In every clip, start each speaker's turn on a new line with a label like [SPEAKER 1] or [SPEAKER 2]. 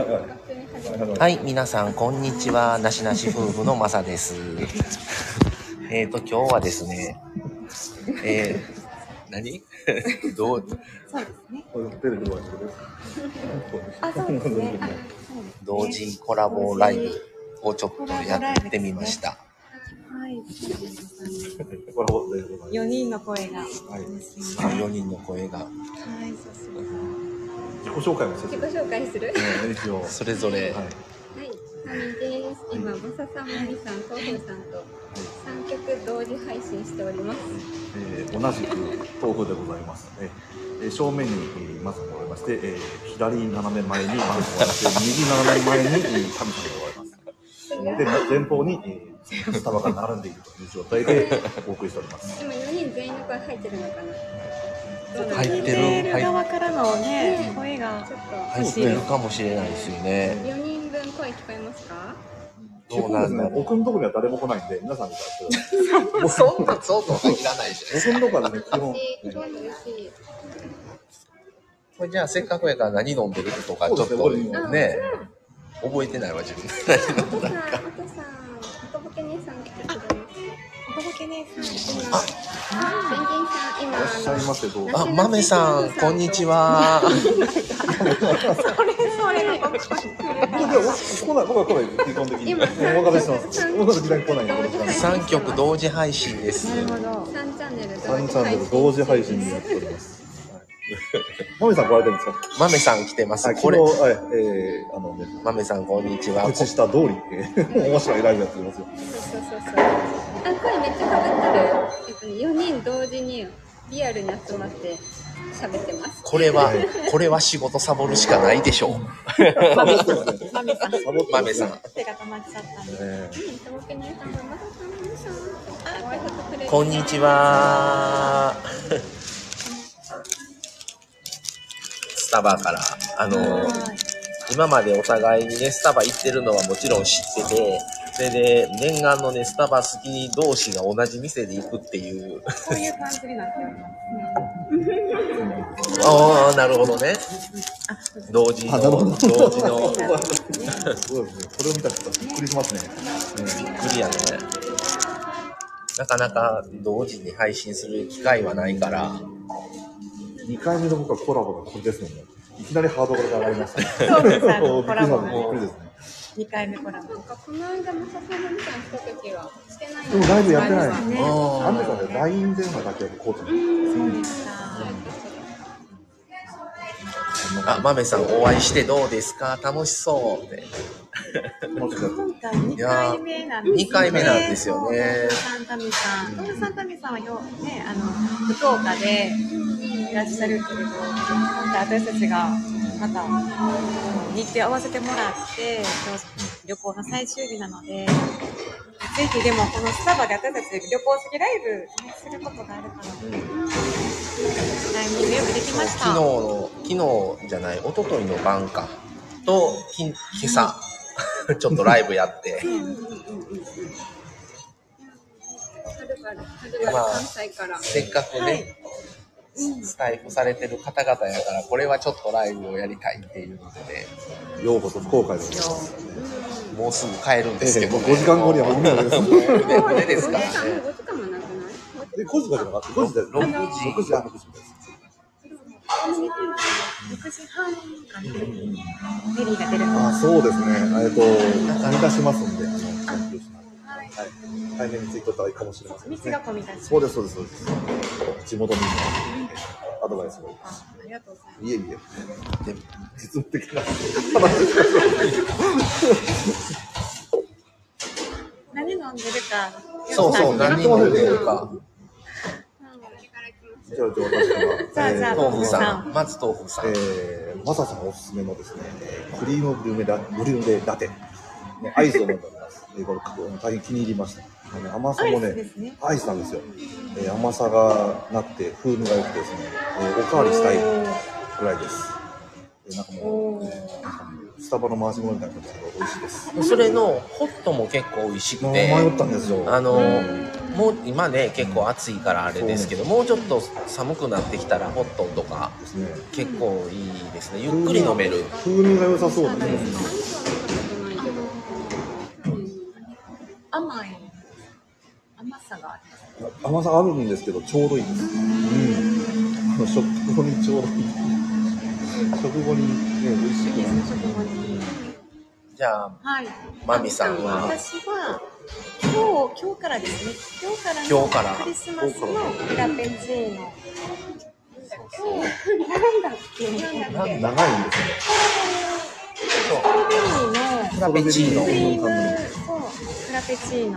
[SPEAKER 1] はい、皆さん、こんにちは。なしなし夫婦のまさです。 えっと、今日はですね、えー、何 どう、
[SPEAKER 2] そうですね。
[SPEAKER 3] テレビは一緒です。
[SPEAKER 2] あ、そうですね。あ、
[SPEAKER 1] 同時コラボライブをちょっとやってみました。
[SPEAKER 2] はい。
[SPEAKER 3] これほどでござい
[SPEAKER 2] 四人の声が。はい。
[SPEAKER 1] さあ、4人の声が、
[SPEAKER 2] はい、そうそ
[SPEAKER 3] ま
[SPEAKER 2] う。
[SPEAKER 3] す。自己紹介もせず
[SPEAKER 4] 自己紹介する。
[SPEAKER 3] えー一応。
[SPEAKER 1] それぞ
[SPEAKER 3] は
[SPEAKER 1] れ、
[SPEAKER 3] い。
[SPEAKER 4] はい、サミです。今、マサさん、マミさん、トウフさんと三曲同時配信しております。
[SPEAKER 3] えー同じく豆腐でございますね。えー正面にえーまずおりまして、えー左斜め前にマンコがあって、右斜め前にえー神様がおります。で、前方にえースタバが並んでいるという状態でお送りしております。
[SPEAKER 4] 今4人全員の声入ってるのかな。
[SPEAKER 2] ちょっと
[SPEAKER 1] 入
[SPEAKER 2] 聞
[SPEAKER 1] っ
[SPEAKER 2] い
[SPEAKER 1] てる
[SPEAKER 2] ている
[SPEAKER 1] はい
[SPEAKER 2] 側からのね
[SPEAKER 4] ね、
[SPEAKER 2] 声が
[SPEAKER 4] ちょっ
[SPEAKER 1] 入ってるかもしれないですよね。
[SPEAKER 4] と4人分声聞こえますか？
[SPEAKER 1] どうなんだ
[SPEAKER 3] 基本で
[SPEAKER 1] ろう
[SPEAKER 3] すね奥のところには誰も来ないんで、皆さんにやってください。
[SPEAKER 1] そんな、そんな限らないじゃ
[SPEAKER 3] 僕のところはね、基本、
[SPEAKER 4] 私、今度嬉しい。
[SPEAKER 1] これじゃあ、せっかくやから何飲んでるとか、ちょっ
[SPEAKER 3] そう
[SPEAKER 1] と
[SPEAKER 3] ですね
[SPEAKER 1] ね、覚えてないわ、自分で。
[SPEAKER 4] おとさん、おとさん、おとぼけ姉さん来てくれます。
[SPEAKER 2] お届けね。
[SPEAKER 4] 今、ペンギン
[SPEAKER 3] いらっし
[SPEAKER 4] さん、
[SPEAKER 3] ゃい
[SPEAKER 4] 今あの。
[SPEAKER 3] ませどうぞ。
[SPEAKER 1] あ、まめさん、こんにちは。
[SPEAKER 2] それそれの声。
[SPEAKER 3] いや、来ない、僕は来ない、基本的に。お
[SPEAKER 4] 今
[SPEAKER 3] 任せします。お任せ時間来ないんで、この時間。
[SPEAKER 1] 三曲同時配信です。
[SPEAKER 4] 三チャンネル
[SPEAKER 3] 三チャンネル同時配信でやっております。はいマミさん来られてるんですか。
[SPEAKER 1] まめさん来てます。
[SPEAKER 3] あ昨
[SPEAKER 1] こ
[SPEAKER 3] 日
[SPEAKER 1] れ、
[SPEAKER 3] はい、えー、あのね、
[SPEAKER 1] まめさんこんにちは。
[SPEAKER 3] 告知した通り、えー面白いライブやってますよ。
[SPEAKER 4] そうそうそうそう。あ、声めっちゃかぶってる。えっとね、4人同時にリアルに集まって喋ってます。
[SPEAKER 1] これは、これは仕事サボるしかないでしょう。
[SPEAKER 3] サボってますね
[SPEAKER 2] マメさん。
[SPEAKER 3] サボって
[SPEAKER 1] ま
[SPEAKER 3] ま
[SPEAKER 1] め
[SPEAKER 3] す
[SPEAKER 1] さ
[SPEAKER 3] ね
[SPEAKER 1] ん。
[SPEAKER 2] 手が止まっちゃったんで。
[SPEAKER 3] えー
[SPEAKER 4] うん、ともけにさんもまささんもさん。ご挨拶くれる
[SPEAKER 1] こんにち。は。 スタバから、あの、
[SPEAKER 2] はい
[SPEAKER 1] 今までお互いにね、スタバ行ってるのはもちろん知ってて、それで、念願のね、スタバ好き同士が同じ店で行くっていう。
[SPEAKER 2] こういう感じになっておりますね。
[SPEAKER 1] ああ、なるほどね。同時の、
[SPEAKER 3] あなるほど
[SPEAKER 1] 同時の、
[SPEAKER 3] そうですね。これを見た人はびっくりしますね。
[SPEAKER 1] クリアね。なかなか同時に配信する機会はないから、
[SPEAKER 3] 二回目の僕はコラボがこれですもんね。いきなりハードルが上がりましたね。
[SPEAKER 2] そうですあ
[SPEAKER 3] びっ
[SPEAKER 2] のコ
[SPEAKER 3] く
[SPEAKER 2] ラ
[SPEAKER 3] りし
[SPEAKER 2] ボ
[SPEAKER 3] たねびっくりですね。
[SPEAKER 2] 二回目コラボ。
[SPEAKER 4] なんかこの間まささんもみたいな一口はしてない
[SPEAKER 3] でもライブやってない。
[SPEAKER 2] ライブね
[SPEAKER 3] あんでかね、ライン電話だけはこうと思う。
[SPEAKER 2] そうでした。
[SPEAKER 1] あ、まめさんお会いしてどうですか楽しそうって。
[SPEAKER 3] もしかして
[SPEAKER 2] 今回2回目なんです、ね、
[SPEAKER 1] 二回目なんですよね
[SPEAKER 2] サンタミさん、トムサンタミさんはよう、ね、あの福岡でいらっしゃるけれど、今回私たちがまた日程合わせてもらって、今日旅行の最終日なので、ぜひでもこのスタバで私たち旅行先ライブ、ね、することがあるから、来年よくできまし
[SPEAKER 1] 昨
[SPEAKER 2] た。
[SPEAKER 1] 日の、昨日じゃない、一昨日の晩か。と、き今朝、ちょっとライブ やって。
[SPEAKER 4] はるばる、はるばる関西から。
[SPEAKER 1] せっかくね、
[SPEAKER 2] はい
[SPEAKER 1] スタイフされてる方々やから、これはちょっとライブをやりたいっていうのでね、
[SPEAKER 3] ようこそ福岡でございます。
[SPEAKER 1] もうすぐ帰るんです
[SPEAKER 3] え
[SPEAKER 1] け
[SPEAKER 3] え、も
[SPEAKER 1] ど、
[SPEAKER 3] う
[SPEAKER 1] ね。
[SPEAKER 3] 5時間後にはもう無理です。
[SPEAKER 1] ねこれです
[SPEAKER 4] お
[SPEAKER 1] か
[SPEAKER 4] 姉
[SPEAKER 1] ら
[SPEAKER 4] さんも
[SPEAKER 1] ね。
[SPEAKER 4] 5時間もなくない
[SPEAKER 3] え、5時だけなかった。5時だよ。
[SPEAKER 1] 六
[SPEAKER 3] 6
[SPEAKER 1] 時
[SPEAKER 3] 時、あ、6時です。
[SPEAKER 2] 6時半かな、フェリーが出るの
[SPEAKER 3] あ、そうですね。えっと、見出しますんで、あの、はい。対面についておったらいいかもしれませんね。
[SPEAKER 2] 道が混み出し
[SPEAKER 3] そうです、そうです、そうです。地元民のアドバイスがいいです。
[SPEAKER 2] ありがとうございます。
[SPEAKER 3] いえいえ。で実務的な。
[SPEAKER 2] 何飲んでるか。
[SPEAKER 1] そうそう、
[SPEAKER 2] 皆さん
[SPEAKER 1] 何人飲んでるか。
[SPEAKER 4] うん、これから行きます。
[SPEAKER 3] じゃあ、じゃあ私から。
[SPEAKER 2] じゃあじゃあ
[SPEAKER 3] えー
[SPEAKER 1] 豆腐さん、まず豆腐さん。
[SPEAKER 3] えー、マサさんおすすめのですね、えークリームブリュメラブリュメラテ、ね、アイスを飲んでおります。 えーこれ大変気に入りました。あの甘さも
[SPEAKER 2] アイスで
[SPEAKER 3] ね
[SPEAKER 2] すね、
[SPEAKER 3] アイスなんですよ。えー甘さがなくて、風味が良くてですね、えーおかわりしたいぐらいです。えーなんかもう、スタバの回し物みたいな感じで美味しいです。
[SPEAKER 1] それのホットも結構美味しく
[SPEAKER 3] もう
[SPEAKER 1] て、
[SPEAKER 3] 迷ったんですよ。
[SPEAKER 1] あの、もう今ね結構暑いからあれですけど、もうちょっと寒くなってきたらホットとか
[SPEAKER 3] ですね。
[SPEAKER 1] 結構いいですねゆっくり飲める
[SPEAKER 3] 風味が良さそうだね。
[SPEAKER 4] ないけど
[SPEAKER 2] 甘い甘さがある
[SPEAKER 3] 甘さあるんですけど、ちょうどいいです。うん。あの食後にちょうどいい。食後にね、美味し
[SPEAKER 2] いい
[SPEAKER 3] く
[SPEAKER 2] です
[SPEAKER 3] な
[SPEAKER 2] ね
[SPEAKER 3] る。
[SPEAKER 2] 食後に
[SPEAKER 1] じゃあ
[SPEAKER 2] はい
[SPEAKER 1] マミさんは
[SPEAKER 2] 私は今日今日からですね今日からの
[SPEAKER 1] 今日から
[SPEAKER 2] クリスマスのフラペチーノをなんだ
[SPEAKER 3] な
[SPEAKER 2] っ
[SPEAKER 3] 長
[SPEAKER 2] け
[SPEAKER 3] いん
[SPEAKER 2] なんだっけ
[SPEAKER 3] ですね。
[SPEAKER 2] ストロベ
[SPEAKER 1] フラペ
[SPEAKER 2] リーの
[SPEAKER 1] チーノ
[SPEAKER 2] クリームとフラペチーノ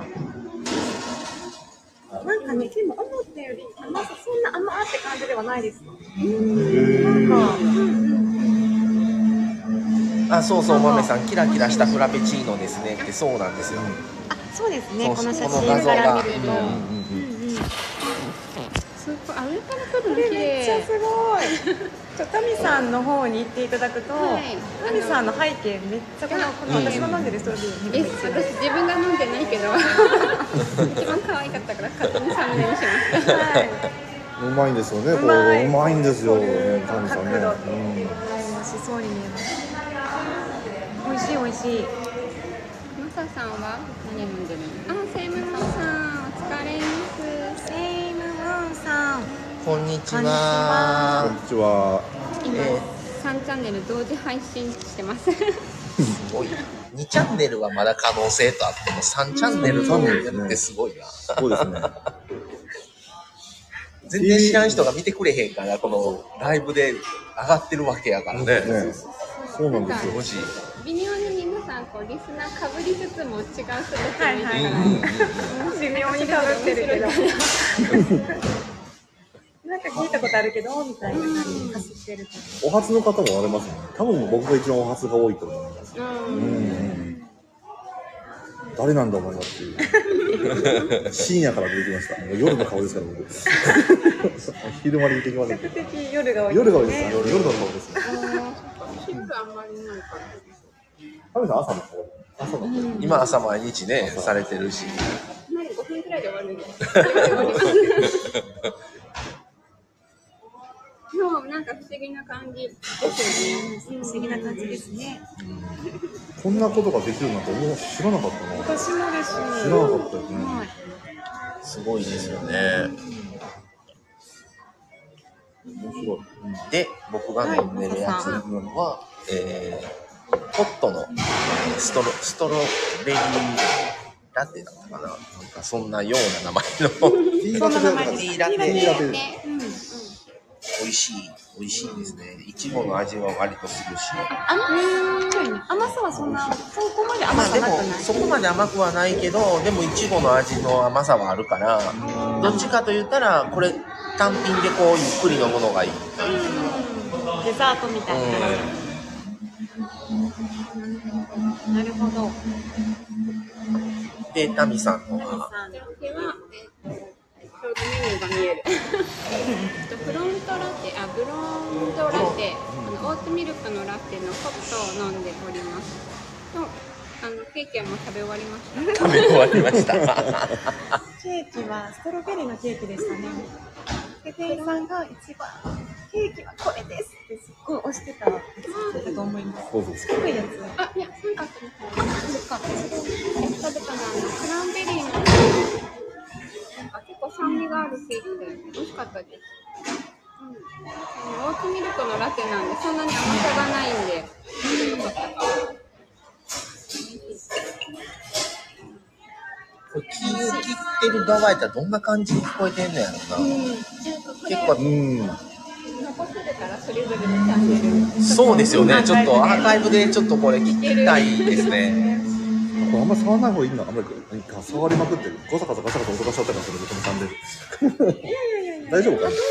[SPEAKER 2] なんかねでも思ったより甘さそんな甘って感じではないですなんか
[SPEAKER 1] あそうそう豆さんキラキラしたフラペチーノですねってそうなんですよ、
[SPEAKER 2] あそうですね
[SPEAKER 1] そう
[SPEAKER 2] この写
[SPEAKER 1] この画
[SPEAKER 2] 真
[SPEAKER 1] 像が
[SPEAKER 2] から見ると、
[SPEAKER 1] うん
[SPEAKER 2] うんうん
[SPEAKER 4] すごいあ上から撮る
[SPEAKER 2] こ
[SPEAKER 4] の
[SPEAKER 2] れ
[SPEAKER 4] 綺
[SPEAKER 2] めっちゃ
[SPEAKER 4] 麗
[SPEAKER 2] すごい。ちょタミさんの方に行っていただくと、
[SPEAKER 4] はい
[SPEAKER 2] タミさんの背景めっちゃこのこの
[SPEAKER 1] うん
[SPEAKER 2] 私の飲んでるストロベリーめ
[SPEAKER 4] え
[SPEAKER 2] っちゃ
[SPEAKER 4] 私自分が飲んでないけど一番可愛かったから勝手にサムネにしました
[SPEAKER 2] は
[SPEAKER 3] うまいんですよね。
[SPEAKER 2] い。
[SPEAKER 3] これうまいんですよ。
[SPEAKER 2] こうい
[SPEAKER 3] ね
[SPEAKER 2] う、
[SPEAKER 3] タミさんね。
[SPEAKER 2] 角度って
[SPEAKER 3] うん
[SPEAKER 2] いうぐらいのしそうに見えます。美味しい美味しい。
[SPEAKER 4] マサさんは何飲んでるのあセイムモンさんお疲れです
[SPEAKER 2] セイムムーンさん。
[SPEAKER 1] こんにち
[SPEAKER 2] こんにちは
[SPEAKER 3] こ
[SPEAKER 1] は
[SPEAKER 3] んにちは。
[SPEAKER 4] 今、
[SPEAKER 1] え
[SPEAKER 4] 3チャンネル同時配信してます
[SPEAKER 1] すごいな。2チャンネルはまだ可能性とあっても、3チャンネルと思ってすごいな。
[SPEAKER 3] そうですね。
[SPEAKER 1] 全然知らん人が見てくれへんから、このライブで上がってるわけやからね。
[SPEAKER 3] ね。そうなんですよ。
[SPEAKER 1] もし、
[SPEAKER 4] 微妙に皆さんこうリスナーかぶりつつも違う人たちもいて
[SPEAKER 2] はいはい
[SPEAKER 4] なんか
[SPEAKER 2] 微妙に被ってるけど。なんか聞いたことあるけどみたいな感じで走ってるけど。
[SPEAKER 3] お初の方もありますよね。多分僕が一番お初が多いと思います。
[SPEAKER 4] う
[SPEAKER 3] うんん。誰なんだお前はっていう。深夜から出てきました。もう夜の顔ですから僕。 昼間に出てきませ
[SPEAKER 2] 比
[SPEAKER 3] んけ
[SPEAKER 2] 較
[SPEAKER 3] ど。
[SPEAKER 2] 的夜が多い
[SPEAKER 3] 夜が多い
[SPEAKER 2] ね
[SPEAKER 3] ですね。夜の顔ですね。
[SPEAKER 4] 昼あんまりないから
[SPEAKER 3] タミさん朝の顔。朝の顔。
[SPEAKER 1] 今朝毎日ね、されてるし。
[SPEAKER 4] なんか5分くらいで終わるんで終わります今日なんか不思議な感じですよね
[SPEAKER 2] 不思議な感じですね。
[SPEAKER 3] こんなことができるなんてもう知らなかったな。
[SPEAKER 2] 私もです。
[SPEAKER 3] 知らなかったですね。
[SPEAKER 2] はい。
[SPEAKER 1] すごいですよね。
[SPEAKER 3] 面白い。うん
[SPEAKER 1] で、僕が飲んでるやつは、えー、ホットのストロ、ストロベリーラテだったかな。なんかそんなような名前の。
[SPEAKER 3] ティー
[SPEAKER 2] そ
[SPEAKER 3] ラ
[SPEAKER 2] ん
[SPEAKER 3] テ
[SPEAKER 2] な
[SPEAKER 3] だ
[SPEAKER 2] 名
[SPEAKER 3] からティ
[SPEAKER 2] 前です。
[SPEAKER 1] いいラテ
[SPEAKER 2] いい
[SPEAKER 3] ーラテ
[SPEAKER 4] ねうん
[SPEAKER 1] 美味しい、美味しいですね。いちごの味は割とするし。
[SPEAKER 2] 甘さはそんな、そこまで甘
[SPEAKER 1] まあ
[SPEAKER 2] さ
[SPEAKER 1] で
[SPEAKER 2] な
[SPEAKER 1] も
[SPEAKER 2] くない。
[SPEAKER 1] そこまで甘くはないけど、でもいちごの味の甘さはあるから、どっちかと言ったら、これ単品でこうゆっくり飲むのがいい。
[SPEAKER 2] うんデザートみたいな感じ。なるほど。
[SPEAKER 1] で、タミさんのは、
[SPEAKER 4] 私は、えっと、ちょうどメニューが見える。えっとフロントラテ、あ、ブロンドラテ、あのオーツミルクのラテのホットを飲んでおります。と、あのケーキはもう食べ終わりました。
[SPEAKER 1] 食べ終わりました。
[SPEAKER 2] ケーキはストロベリーのケーキでしたね。で、店員さんが一番、ケーキはこれですってすっごい押してたやつだったと思います。
[SPEAKER 3] そうそうそ
[SPEAKER 2] 低いやつ。
[SPEAKER 4] あ、いや、なんか、そっか、え食べたのはあのクランベリーの。なんか結構酸味があるケーキで、美味しかったです。うん、あのオーツミルクのラテなんで、そんなに甘さがないんで。
[SPEAKER 1] これ気を切ってる側やったらどんな感じに聞こえてんのやろな。結
[SPEAKER 4] こ
[SPEAKER 3] う。
[SPEAKER 1] 構、
[SPEAKER 3] うん。
[SPEAKER 4] れ残せるから、それぞれのチャンネルに。
[SPEAKER 1] そうですよね。ちょっとアーカイブでちょっとこれ聞きたいですね。
[SPEAKER 3] これあんま触らない方がいいんだ。あんまり触りまくってる。ガサガサガサガサ音がしちゃったから、それでこの感
[SPEAKER 2] いやいやいやいや
[SPEAKER 3] じ。大丈夫かな
[SPEAKER 2] そこ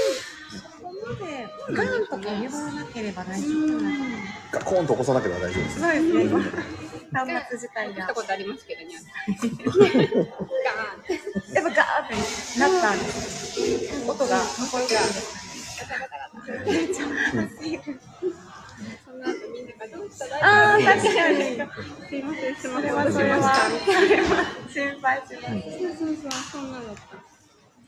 [SPEAKER 2] まで、ガンとか言わなければ大丈夫なの
[SPEAKER 3] ガコーンと起こさなければ大丈夫です。
[SPEAKER 2] そうですね。端末自体
[SPEAKER 4] 見
[SPEAKER 2] が
[SPEAKER 4] た。ことありますけどね。
[SPEAKER 2] やっぱガーってなっ
[SPEAKER 4] ガーン
[SPEAKER 2] たんです。音が、声が。
[SPEAKER 4] その後みんながどうし
[SPEAKER 2] ああ、確かに。
[SPEAKER 4] すいません、すいま
[SPEAKER 2] そ
[SPEAKER 4] せ
[SPEAKER 2] れ
[SPEAKER 4] ん、
[SPEAKER 2] は、そ
[SPEAKER 4] 忘れ
[SPEAKER 2] れ
[SPEAKER 4] ま
[SPEAKER 2] は
[SPEAKER 4] した。、
[SPEAKER 2] それは、心配します。
[SPEAKER 4] そうそうそう、そんなのだった。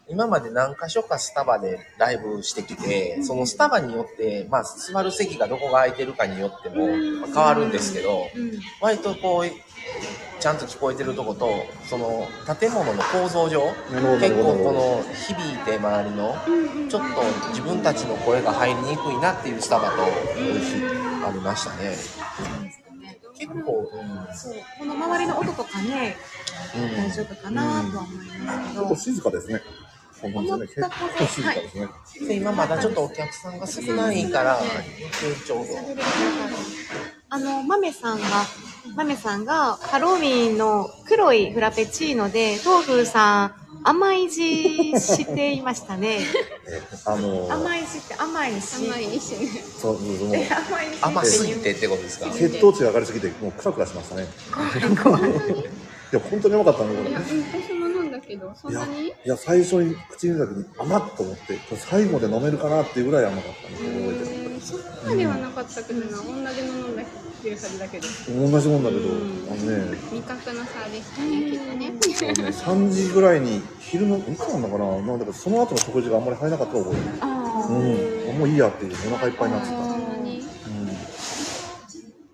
[SPEAKER 1] 今まで何箇所かスタバでライブしてきて、そのスタバによって、まあ、座る席がどこが空いてるかによってもまあ変わるんですけど、
[SPEAKER 2] うん。
[SPEAKER 1] 割とこう、ちゃんと聞こえてるとこと、その建物の構造上、
[SPEAKER 3] なるほどな
[SPEAKER 1] 結
[SPEAKER 3] るほ
[SPEAKER 1] 構
[SPEAKER 3] ど
[SPEAKER 1] この響いて周りの、
[SPEAKER 4] うんうん
[SPEAKER 1] ちょっと自分たちの声が入りにくいなっていうスタバと、ありましたね。結構、う
[SPEAKER 2] そう、この周りの音とかね、
[SPEAKER 1] ん。うん
[SPEAKER 2] 大丈夫かなとは思いますけ
[SPEAKER 3] 結構
[SPEAKER 2] ど。
[SPEAKER 3] 静かですね。そうなんですね。
[SPEAKER 2] 思った
[SPEAKER 3] 結
[SPEAKER 2] ほど
[SPEAKER 3] 構静かですね。
[SPEAKER 1] で今まだちょっとお客さんが少ないから、ちょう
[SPEAKER 2] 喋れてなかったあの、豆さんが、豆さんが、ハロウィンの黒いフラペチーノで、豆腐さん、甘い字していましたね。
[SPEAKER 3] あのー、
[SPEAKER 2] 甘い字って甘いし。
[SPEAKER 4] 甘いにしね。
[SPEAKER 3] そう、もう、もう
[SPEAKER 2] え甘い字
[SPEAKER 1] ど甘すぎてってことですか
[SPEAKER 3] 血糖値が上がりすぎて、もうクラクラしましたね。いや、本当にうまかったの、これ。
[SPEAKER 4] い
[SPEAKER 3] い
[SPEAKER 4] や、
[SPEAKER 3] や、
[SPEAKER 4] うん私も飲んだけど、そんなに
[SPEAKER 3] いや、最初に口に入れた時に、甘っと思って、これ最後で飲めるかなっていうぐらい甘かったんですよ、覚えてる。
[SPEAKER 4] そんなではなかったけどな、同じものだけいう感じだけど、
[SPEAKER 3] 同じもんだけど、あ
[SPEAKER 4] うん
[SPEAKER 3] のね、
[SPEAKER 4] 味覚の差でしたね、きっとね。
[SPEAKER 3] そうね3時 ぐらいに昼のいつなんだかななんだかその後の食事があんまり入らなかったの覚えてる
[SPEAKER 2] あー
[SPEAKER 3] うんあもういいやっていうお腹いっぱいになってた
[SPEAKER 4] そ
[SPEAKER 3] うん
[SPEAKER 4] んなに。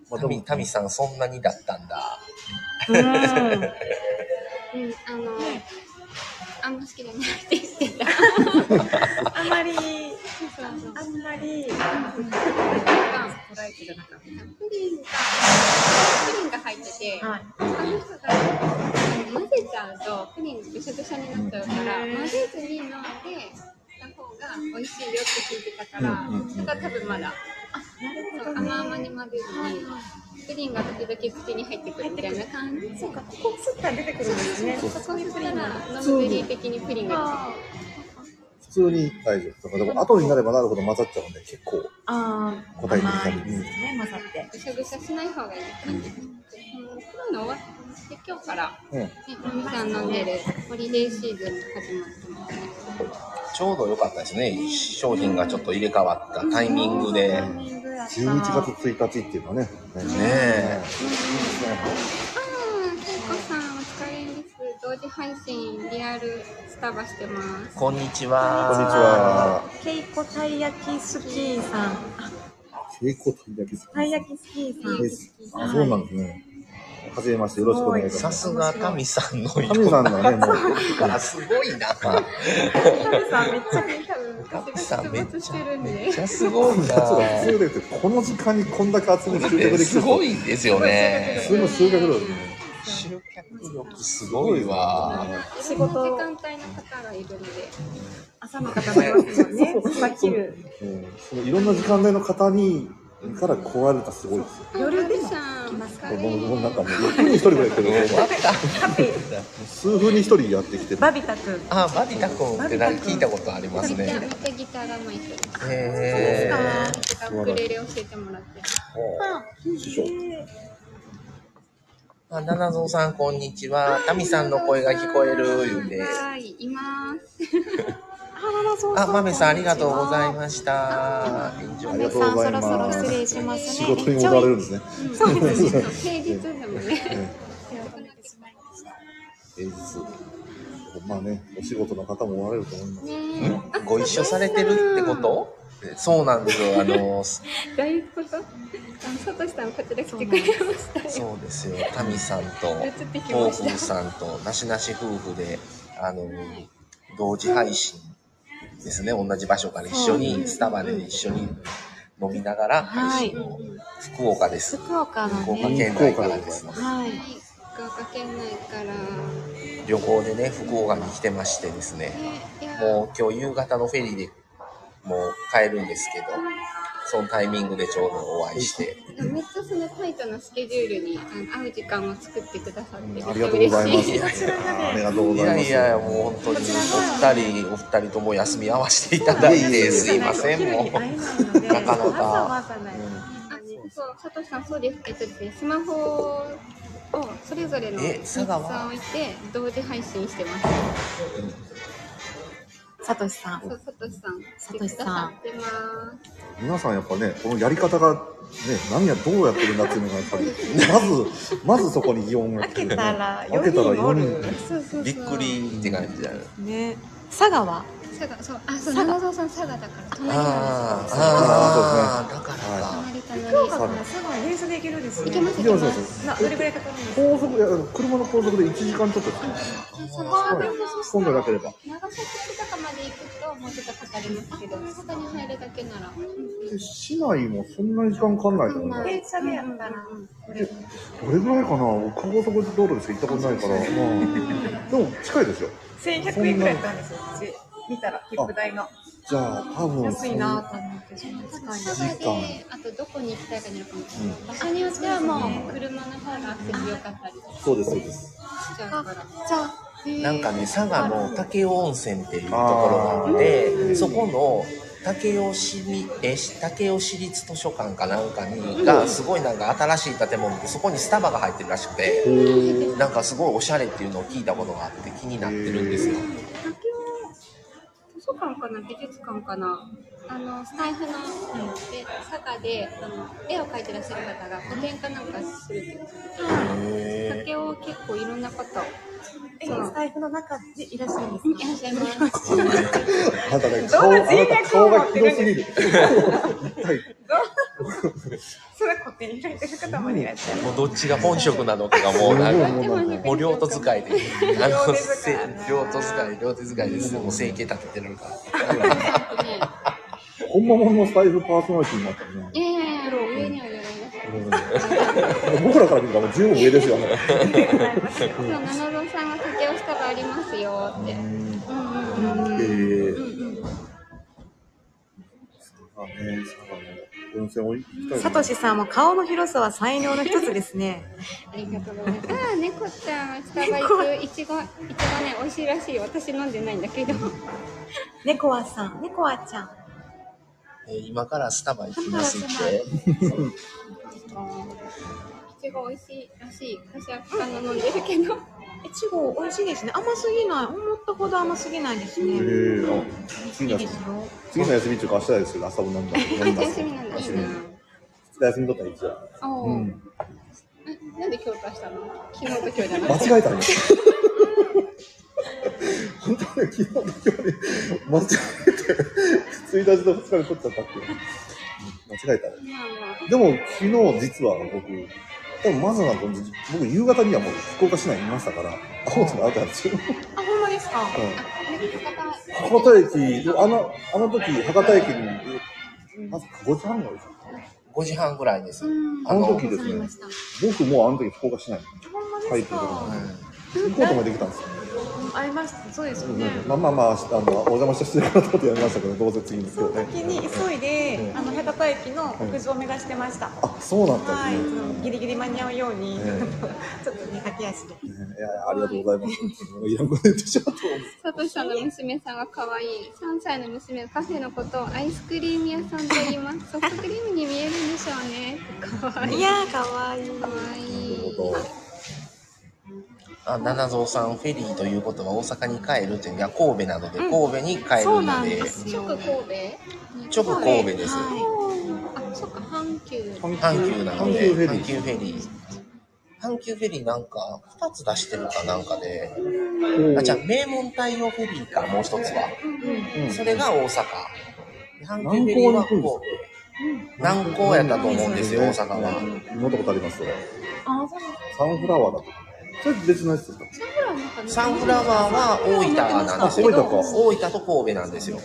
[SPEAKER 3] まあ
[SPEAKER 1] タミタミさんそんなにだったんだ。
[SPEAKER 2] うん
[SPEAKER 4] うん、あの、あんま好きじゃないって言ってた。
[SPEAKER 2] あんまり、
[SPEAKER 4] そうそうそう。
[SPEAKER 2] あんまり、
[SPEAKER 4] なんか、
[SPEAKER 2] トライプじゃなかっ
[SPEAKER 4] プリンが、プリンが入ってて、
[SPEAKER 2] はい。
[SPEAKER 4] 他の人が混ぜちゃうとプリンぐしゃぐしゃになっちゃうから、
[SPEAKER 2] うん
[SPEAKER 4] 混ぜずに飲んでた方が美味しいよって聞いてたから、
[SPEAKER 3] うんうんうん
[SPEAKER 4] それが多分まだ甘々に混ぜずにプリンが時々口に入ってくるみたいな感じ
[SPEAKER 2] そうか、ここすったら出てくるんですね。
[SPEAKER 3] そう
[SPEAKER 4] そこにプリンがノムベリー的にプリンが
[SPEAKER 2] あ
[SPEAKER 3] 普通に大丈夫だからでも後になればなるほど混ざっちゃうんで結構
[SPEAKER 2] あー、
[SPEAKER 3] 答えに
[SPEAKER 2] 甘
[SPEAKER 3] 入
[SPEAKER 2] い
[SPEAKER 3] れ
[SPEAKER 2] ですね、混ざって。
[SPEAKER 4] ぐしゃぐしゃしない方がいい感じ、うん、コロナ終わって今日から、ね、
[SPEAKER 3] うん
[SPEAKER 4] みさん飲んでるホリデーシーズンが始まってますね
[SPEAKER 1] ちょうど良かったですね。商品がちょっと入れ替わったタイミングで。ね
[SPEAKER 3] 11月1日っていうのはねね
[SPEAKER 1] え。
[SPEAKER 4] うん、けいこさんお疲れです。同時配信リアルスタバしてます。
[SPEAKER 1] こんに
[SPEAKER 3] こん
[SPEAKER 1] ち
[SPEAKER 3] にち
[SPEAKER 1] は。
[SPEAKER 3] は
[SPEAKER 2] けいこたい焼きスキーさん。
[SPEAKER 3] 成功たい焼き
[SPEAKER 2] たい焼きスキーさん。
[SPEAKER 3] ですあそうなんですねはじめましてよろしくお願いし
[SPEAKER 1] さ
[SPEAKER 3] ます
[SPEAKER 1] すがタミさんの
[SPEAKER 3] 神さんがねもう
[SPEAKER 1] がすごいな。
[SPEAKER 2] タミさんめっちゃ、
[SPEAKER 4] 多分私が出没してるん
[SPEAKER 1] めっ
[SPEAKER 4] で。
[SPEAKER 1] ちゃすごいな。
[SPEAKER 3] 普通で言うとこの時間にこんだけ集めて集客できる
[SPEAKER 1] すご
[SPEAKER 3] い
[SPEAKER 1] いですよね
[SPEAKER 3] 普。通の集客量ですね
[SPEAKER 1] 集客力すごいわ。
[SPEAKER 4] 仕事時間帯の方がいるので、
[SPEAKER 2] 朝の方もいますよね。朝昼。
[SPEAKER 3] うんそのいろんな時間帯の方にから来られたらすごいですよ。
[SPEAKER 4] 夜でさん、お
[SPEAKER 3] 僕
[SPEAKER 4] 疲
[SPEAKER 3] も
[SPEAKER 4] れ
[SPEAKER 3] なんかもう6人に1人ぐらい来てる
[SPEAKER 1] 終わった
[SPEAKER 2] ハッピー。
[SPEAKER 3] 数分に1人やってきてる。
[SPEAKER 2] バビタくん。
[SPEAKER 1] あ、バビタ君ってなんか聞いたことあります
[SPEAKER 4] めっちゃ
[SPEAKER 1] ね。
[SPEAKER 4] めっちゃギターが上手い人です。
[SPEAKER 1] へー。
[SPEAKER 4] てかウクレレ教えてもらって。
[SPEAKER 3] 師匠。
[SPEAKER 1] あ、七蔵さん、こんにちは。タミさんの声が聞こえる、言うて。
[SPEAKER 4] はい、います。
[SPEAKER 1] あ、まめさん、ありがとうございました。以上
[SPEAKER 3] ありがとうございます
[SPEAKER 2] さんそろそろ失礼します
[SPEAKER 3] 仕
[SPEAKER 2] ね。
[SPEAKER 3] 事に戻られるんですね。
[SPEAKER 4] そうですね。平日でもね。
[SPEAKER 3] 平日。まあね、お仕事の方もおられると思います。
[SPEAKER 4] ね
[SPEAKER 1] ご一緒されてるってことそうなんですよ。あ の、
[SPEAKER 4] え、どういうこと？あのサトシさんこちら来てくれましたよ。
[SPEAKER 1] そうですよ。タミさんと、
[SPEAKER 4] 映ってき
[SPEAKER 1] ト
[SPEAKER 4] ま
[SPEAKER 1] ーフ
[SPEAKER 4] し
[SPEAKER 1] ーさんと、なしなし夫婦で、あの、同時配信ですね。同じ場所から一緒
[SPEAKER 2] うん
[SPEAKER 1] に、スタバで一緒に飲みながら配信を。福岡です。
[SPEAKER 2] 福岡の
[SPEAKER 1] 福岡
[SPEAKER 2] ね。
[SPEAKER 1] 県内からです。
[SPEAKER 2] はい。
[SPEAKER 4] た。はい、福岡県内から。
[SPEAKER 1] 旅行でね、福岡に来てましてですね。
[SPEAKER 4] ね、いや。
[SPEAKER 1] もう今日夕方のフェリーでもう帰るんですけど、そのタイミングでちょうどお会いして、
[SPEAKER 4] めっちゃそのタイトなスケジュールにあの合う時間を作ってくださって
[SPEAKER 3] ありがとうございます。
[SPEAKER 4] 嬉し
[SPEAKER 3] ありがとうご
[SPEAKER 1] い
[SPEAKER 3] ざい
[SPEAKER 1] や
[SPEAKER 3] ます。
[SPEAKER 1] いや、もう本当にお二人、お二人とも休み合わせていただい
[SPEAKER 3] いえいえい
[SPEAKER 1] て、
[SPEAKER 3] え
[SPEAKER 1] すいません、
[SPEAKER 2] 昼
[SPEAKER 1] も
[SPEAKER 2] に会えないので
[SPEAKER 1] なかなか
[SPEAKER 2] わざわざない。
[SPEAKER 4] あそう佐藤さんそうですえっとですねスマホをそれぞれの
[SPEAKER 1] え
[SPEAKER 4] ミキ
[SPEAKER 1] 佐
[SPEAKER 4] サ
[SPEAKER 1] 川
[SPEAKER 4] ーを置いて同時配信してま
[SPEAKER 1] う。
[SPEAKER 4] す
[SPEAKER 2] さとしさん。
[SPEAKER 4] そう、さとしさん。
[SPEAKER 2] さとしさん
[SPEAKER 4] 来てくださって
[SPEAKER 3] 皆さんやっぱねこのやり方がね何やどうやってるんだっていうのがやっぱりまずまずそこに疑問が
[SPEAKER 2] 開
[SPEAKER 3] 来て
[SPEAKER 2] け
[SPEAKER 3] るね
[SPEAKER 2] たら
[SPEAKER 3] 開け
[SPEAKER 2] 4
[SPEAKER 3] たら
[SPEAKER 2] 人おる。
[SPEAKER 3] 四人
[SPEAKER 2] そうそうそ う
[SPEAKER 1] びっく。りって感じだよね。
[SPEAKER 2] ね。佐賀は
[SPEAKER 4] ます。佐賀、そう、あ、そう、
[SPEAKER 2] 佐賀
[SPEAKER 4] 長澤さん佐賀だから、隣なん
[SPEAKER 1] あ
[SPEAKER 4] ですよ。
[SPEAKER 1] あ、ああ、だから
[SPEAKER 4] あ
[SPEAKER 1] か。
[SPEAKER 4] まり隣
[SPEAKER 2] 福岡
[SPEAKER 4] 行
[SPEAKER 2] から佐賀は電車で行けるんですね。
[SPEAKER 4] けます、
[SPEAKER 3] で
[SPEAKER 4] 行
[SPEAKER 3] も
[SPEAKER 4] け
[SPEAKER 3] そう
[SPEAKER 4] ま
[SPEAKER 3] そう
[SPEAKER 4] す。
[SPEAKER 2] などれぐらいかかるんですか。
[SPEAKER 3] 高速いや車の高速で1時間ちょっとですね
[SPEAKER 4] そこ
[SPEAKER 3] は
[SPEAKER 4] はいでもそした
[SPEAKER 3] 今度
[SPEAKER 4] ら
[SPEAKER 3] なければ
[SPEAKER 4] 長崎とかまで行くともうちょっとかかりますけど他に入るだけなら
[SPEAKER 3] で市内もそんなに時間かかんないと思うなど
[SPEAKER 2] 電車でやったら
[SPEAKER 3] れぐらいかな僕高速道路でしか行ったことないから、うんでも近いですよ
[SPEAKER 2] 1100円ぐらいだったんですよ。うち見たら切符代が
[SPEAKER 3] じゃあ多分
[SPEAKER 2] 安いなと思ってそんな
[SPEAKER 4] 多
[SPEAKER 2] 使
[SPEAKER 4] 分
[SPEAKER 2] い
[SPEAKER 4] 佐賀であとどこに行きたいかによるかもしれない、場所によってはもう車の方がアクセス良かったり
[SPEAKER 3] そうですそうです
[SPEAKER 4] しちゃうから
[SPEAKER 2] じゃあへー
[SPEAKER 1] なんかね、佐賀の武雄温泉っていうところがあって、そこの武雄市にえし武雄市立図書館かなんかにがすごいなんか新しい建物でそこにスタバが入ってるらしくて、なんかすごいおしゃれっていうのを聞いたことがあって気になってるんですよ。
[SPEAKER 4] 竹を図書館かな美術館かなあのスタイフの、で佐賀であの絵を描いてらっしゃる方が個展かなんかするっていう竹を結構いろんな こと
[SPEAKER 2] え財布の中でいらっしゃるんで
[SPEAKER 4] いらっしゃいます
[SPEAKER 3] あなたね顔あなた顔が広すぎる一体
[SPEAKER 2] す。それこって入れてる方もいらっしゃる。
[SPEAKER 1] もうどっちが本職なのかがもうなんか。もう両手使いで、あの、せ両手使い、両手使いです。もう整形立ててるから。
[SPEAKER 3] 本物のスタイルパーソナリティになったね
[SPEAKER 4] いやいやいや上には上がいらっしゃる
[SPEAKER 3] 僕らから見たらもう十分上ですよね。
[SPEAKER 4] そう七郎さんが竹をしたらありますよってうんうんうん
[SPEAKER 3] え
[SPEAKER 4] うん
[SPEAKER 3] ー、
[SPEAKER 4] うんうん
[SPEAKER 3] あね、佐賀ね、温泉を行きたい。
[SPEAKER 2] さとしさんも顔の広さは才能の一つです ね。
[SPEAKER 4] ありがとうございます。ああ、猫ちゃん、スタバ行く、いちご、いちごね、美味しいらしいよ。私飲んでないんだけど。
[SPEAKER 2] 猫はさん、猫はちゃん。
[SPEAKER 1] えー今からスタバ行きます って。
[SPEAKER 4] いちご美味しいらしい。私は他の飲んでるけど。
[SPEAKER 2] いちご美味しいですね。甘すぎない。思ったほど甘すぎないです
[SPEAKER 3] え
[SPEAKER 2] ね。
[SPEAKER 3] ー、あ、次
[SPEAKER 2] いい
[SPEAKER 3] の
[SPEAKER 2] で
[SPEAKER 3] 休
[SPEAKER 2] す
[SPEAKER 3] み。
[SPEAKER 2] よ。
[SPEAKER 3] 次の休みっていうか明日ですけど、朝もなんだ。飲みま
[SPEAKER 4] 休
[SPEAKER 3] す
[SPEAKER 4] みなんだ。いいな。
[SPEAKER 3] 休み取ったらいつだ。
[SPEAKER 4] あお、
[SPEAKER 3] うん。
[SPEAKER 4] えなんで今日と明日なの昨日と今日じゃない。
[SPEAKER 3] 間違えたね。本当ね、昨日の今日に間違えて、1日と2日に取っちゃったっていう。間違えたね。
[SPEAKER 4] まあまあ
[SPEAKER 3] でも昨日実は僕、多分まずは僕夕方にはもう福岡市内にいましたから、あ、そうですね、あったんですよ。
[SPEAKER 2] あ、ほんまですか。
[SPEAKER 3] うん
[SPEAKER 4] あれ博
[SPEAKER 3] 博多 駅、あの、あの時、博多駅に、まず5時半ぐらいです
[SPEAKER 1] 5時半ぐらいです。
[SPEAKER 4] 多うん。
[SPEAKER 1] あ
[SPEAKER 3] あ
[SPEAKER 1] の
[SPEAKER 3] の
[SPEAKER 4] ご
[SPEAKER 3] 時で
[SPEAKER 4] ざい
[SPEAKER 3] すね
[SPEAKER 4] ま。した。
[SPEAKER 3] 僕もうあの時福岡市内に
[SPEAKER 2] ほんま
[SPEAKER 3] 入
[SPEAKER 2] で
[SPEAKER 3] っ
[SPEAKER 2] す
[SPEAKER 3] てるから
[SPEAKER 2] か。
[SPEAKER 3] 行こうと思ってきたんですよ。
[SPEAKER 2] ありました。そうですよね。
[SPEAKER 3] まあまあまあ、あの、お邪魔した失礼かなと思ってやりましたけど、どうせ次にですけ
[SPEAKER 2] そ
[SPEAKER 3] ど
[SPEAKER 2] の時に
[SPEAKER 3] ね。
[SPEAKER 2] 急いで
[SPEAKER 3] う、ん
[SPEAKER 2] あの博多駅の屋上を目指してました。
[SPEAKER 3] あ、そうだった
[SPEAKER 2] は
[SPEAKER 3] ん
[SPEAKER 2] い、
[SPEAKER 3] で
[SPEAKER 2] そ
[SPEAKER 3] すね。
[SPEAKER 2] のギリギリ間に合うように、
[SPEAKER 3] え
[SPEAKER 2] ちょっとね、駆け足で。
[SPEAKER 3] いやいや、ありがとうございます。いらんこと言ってしまった。
[SPEAKER 4] サトシさんの娘さんが可愛い。3歳の娘はカフェのことをアイスクリーム屋さんと言います。ソフトクリームに見えるんでしょうね。可愛い。
[SPEAKER 2] いやー、かわいい。
[SPEAKER 4] 可愛い。
[SPEAKER 3] なるほど
[SPEAKER 1] あ、七蔵さん、フェリーということは大阪に帰るという、いや、神戸などで、神戸に帰
[SPEAKER 2] そ
[SPEAKER 1] る
[SPEAKER 2] うな
[SPEAKER 1] の
[SPEAKER 2] ん
[SPEAKER 1] で
[SPEAKER 2] で、す
[SPEAKER 4] 直
[SPEAKER 2] よ。
[SPEAKER 4] 神
[SPEAKER 1] 直
[SPEAKER 4] 戸
[SPEAKER 1] 神戸です。
[SPEAKER 2] は
[SPEAKER 4] あ、そっか、阪急。
[SPEAKER 1] 阪急なの
[SPEAKER 3] 阪
[SPEAKER 1] で、
[SPEAKER 3] 急フェリー。
[SPEAKER 1] 阪急フェリー。阪急フェリーなんか、2つ出してるかなんかで、あ、じゃあ、名門太陽フェリーか、もう一つは。
[SPEAKER 3] うん
[SPEAKER 1] それが大阪。阪
[SPEAKER 3] 南
[SPEAKER 1] 急フェリ
[SPEAKER 3] 港
[SPEAKER 1] ー
[SPEAKER 3] に
[SPEAKER 1] は
[SPEAKER 3] 行くんで
[SPEAKER 1] 神
[SPEAKER 3] す
[SPEAKER 1] 戸。南港やったと思うんですよ、大阪は。
[SPEAKER 3] は。乗ったことあります、それ。
[SPEAKER 2] あ、そうなんで
[SPEAKER 3] サンフラワーだとか。それ別のやつですか
[SPEAKER 1] サンフラワーは大分なんですけど、
[SPEAKER 3] あ大分か
[SPEAKER 1] 大分と神戸なんですよ。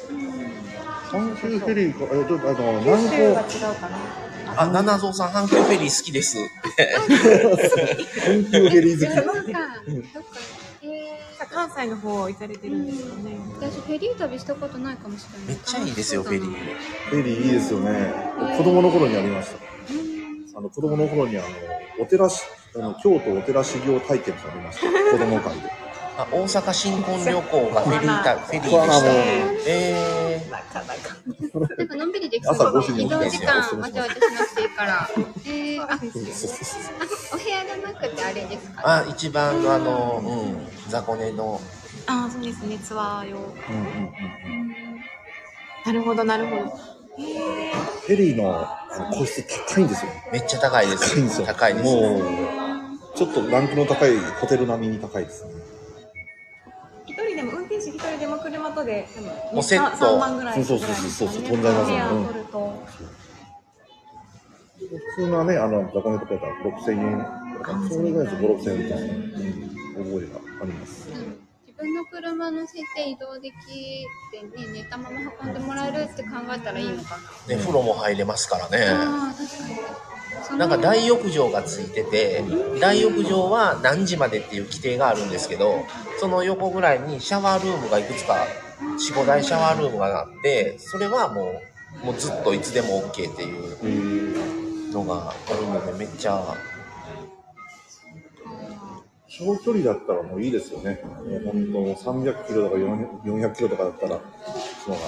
[SPEAKER 3] 阪急フェリーか、え、どうあの、
[SPEAKER 2] す九州
[SPEAKER 3] 南
[SPEAKER 2] は
[SPEAKER 3] 港、
[SPEAKER 2] 違うかな。
[SPEAKER 1] あ、七蔵さん、阪急フェリー好きです。
[SPEAKER 3] 阪急フェリー好き。
[SPEAKER 4] なんか、どっか、え
[SPEAKER 2] さ関西の方行かれてるんですかね。
[SPEAKER 4] ー、私フェリー旅したことないかもしれない。
[SPEAKER 1] めっちゃいいですよ、フェリー。
[SPEAKER 3] フェリーいいですよね。子供の頃にありました。あの子供の頃にあのお寺しあの京都お寺修行体験がありました。子供会で。
[SPEAKER 1] あ、大阪新婚旅行がフェリータ、フェリーで
[SPEAKER 3] コアラ
[SPEAKER 1] し
[SPEAKER 3] も
[SPEAKER 1] た。え
[SPEAKER 2] なかなか。
[SPEAKER 4] なんかのんびりでき
[SPEAKER 3] 朝
[SPEAKER 4] そう
[SPEAKER 3] 5時に
[SPEAKER 4] で移
[SPEAKER 3] 起きた
[SPEAKER 4] 動
[SPEAKER 3] ら
[SPEAKER 4] 時間わちゃわちゃしなくていいから。えー、あ、お部屋がなくてあれです
[SPEAKER 1] ー、
[SPEAKER 4] か。
[SPEAKER 1] あ、一番のあの、うん、雑魚寝の
[SPEAKER 2] ああ、そうですね、ツアー用。
[SPEAKER 3] うんうんうんうん
[SPEAKER 2] なるほど、なるほど。へえ。
[SPEAKER 3] フェリーのあの個室高いんですよ。
[SPEAKER 1] めっちゃ高いで
[SPEAKER 3] 高いんです
[SPEAKER 1] す。
[SPEAKER 3] よ。
[SPEAKER 1] 高いです。
[SPEAKER 3] もう、ちょっとランクの高いホテル並みに高いですね。
[SPEAKER 2] 一人でも、運転手一人でも車とで、多分
[SPEAKER 1] もうセット
[SPEAKER 2] 3万ぐらい。
[SPEAKER 3] そうそうそうそうそう飛んじゃいます
[SPEAKER 2] ね。
[SPEAKER 3] よね
[SPEAKER 2] ペア取ると。
[SPEAKER 3] 普通のね、あの、雑魚寝とかやったら6000円とか、それぐらいですよ、5、6000円みたいなうん覚えがあります。
[SPEAKER 4] 自分の車乗せて移動できてね寝たまま運んでもらえるって考えたらいいのか
[SPEAKER 1] で、風呂も入れますから
[SPEAKER 4] な、
[SPEAKER 1] ね。
[SPEAKER 4] ああ確かにその
[SPEAKER 1] なんか大浴場がついてて、大浴場は何時までっていう規定があるんですけど、その横ぐらいにシャワールームがいくつか、4、5台シャワールームがあって、それはもう、もうずっといつでも OK っていうのがあるので、めっちゃ、
[SPEAKER 3] 長距離だったらもういいですよね。もう本当、300キロとか400キロとかだったら、そのが。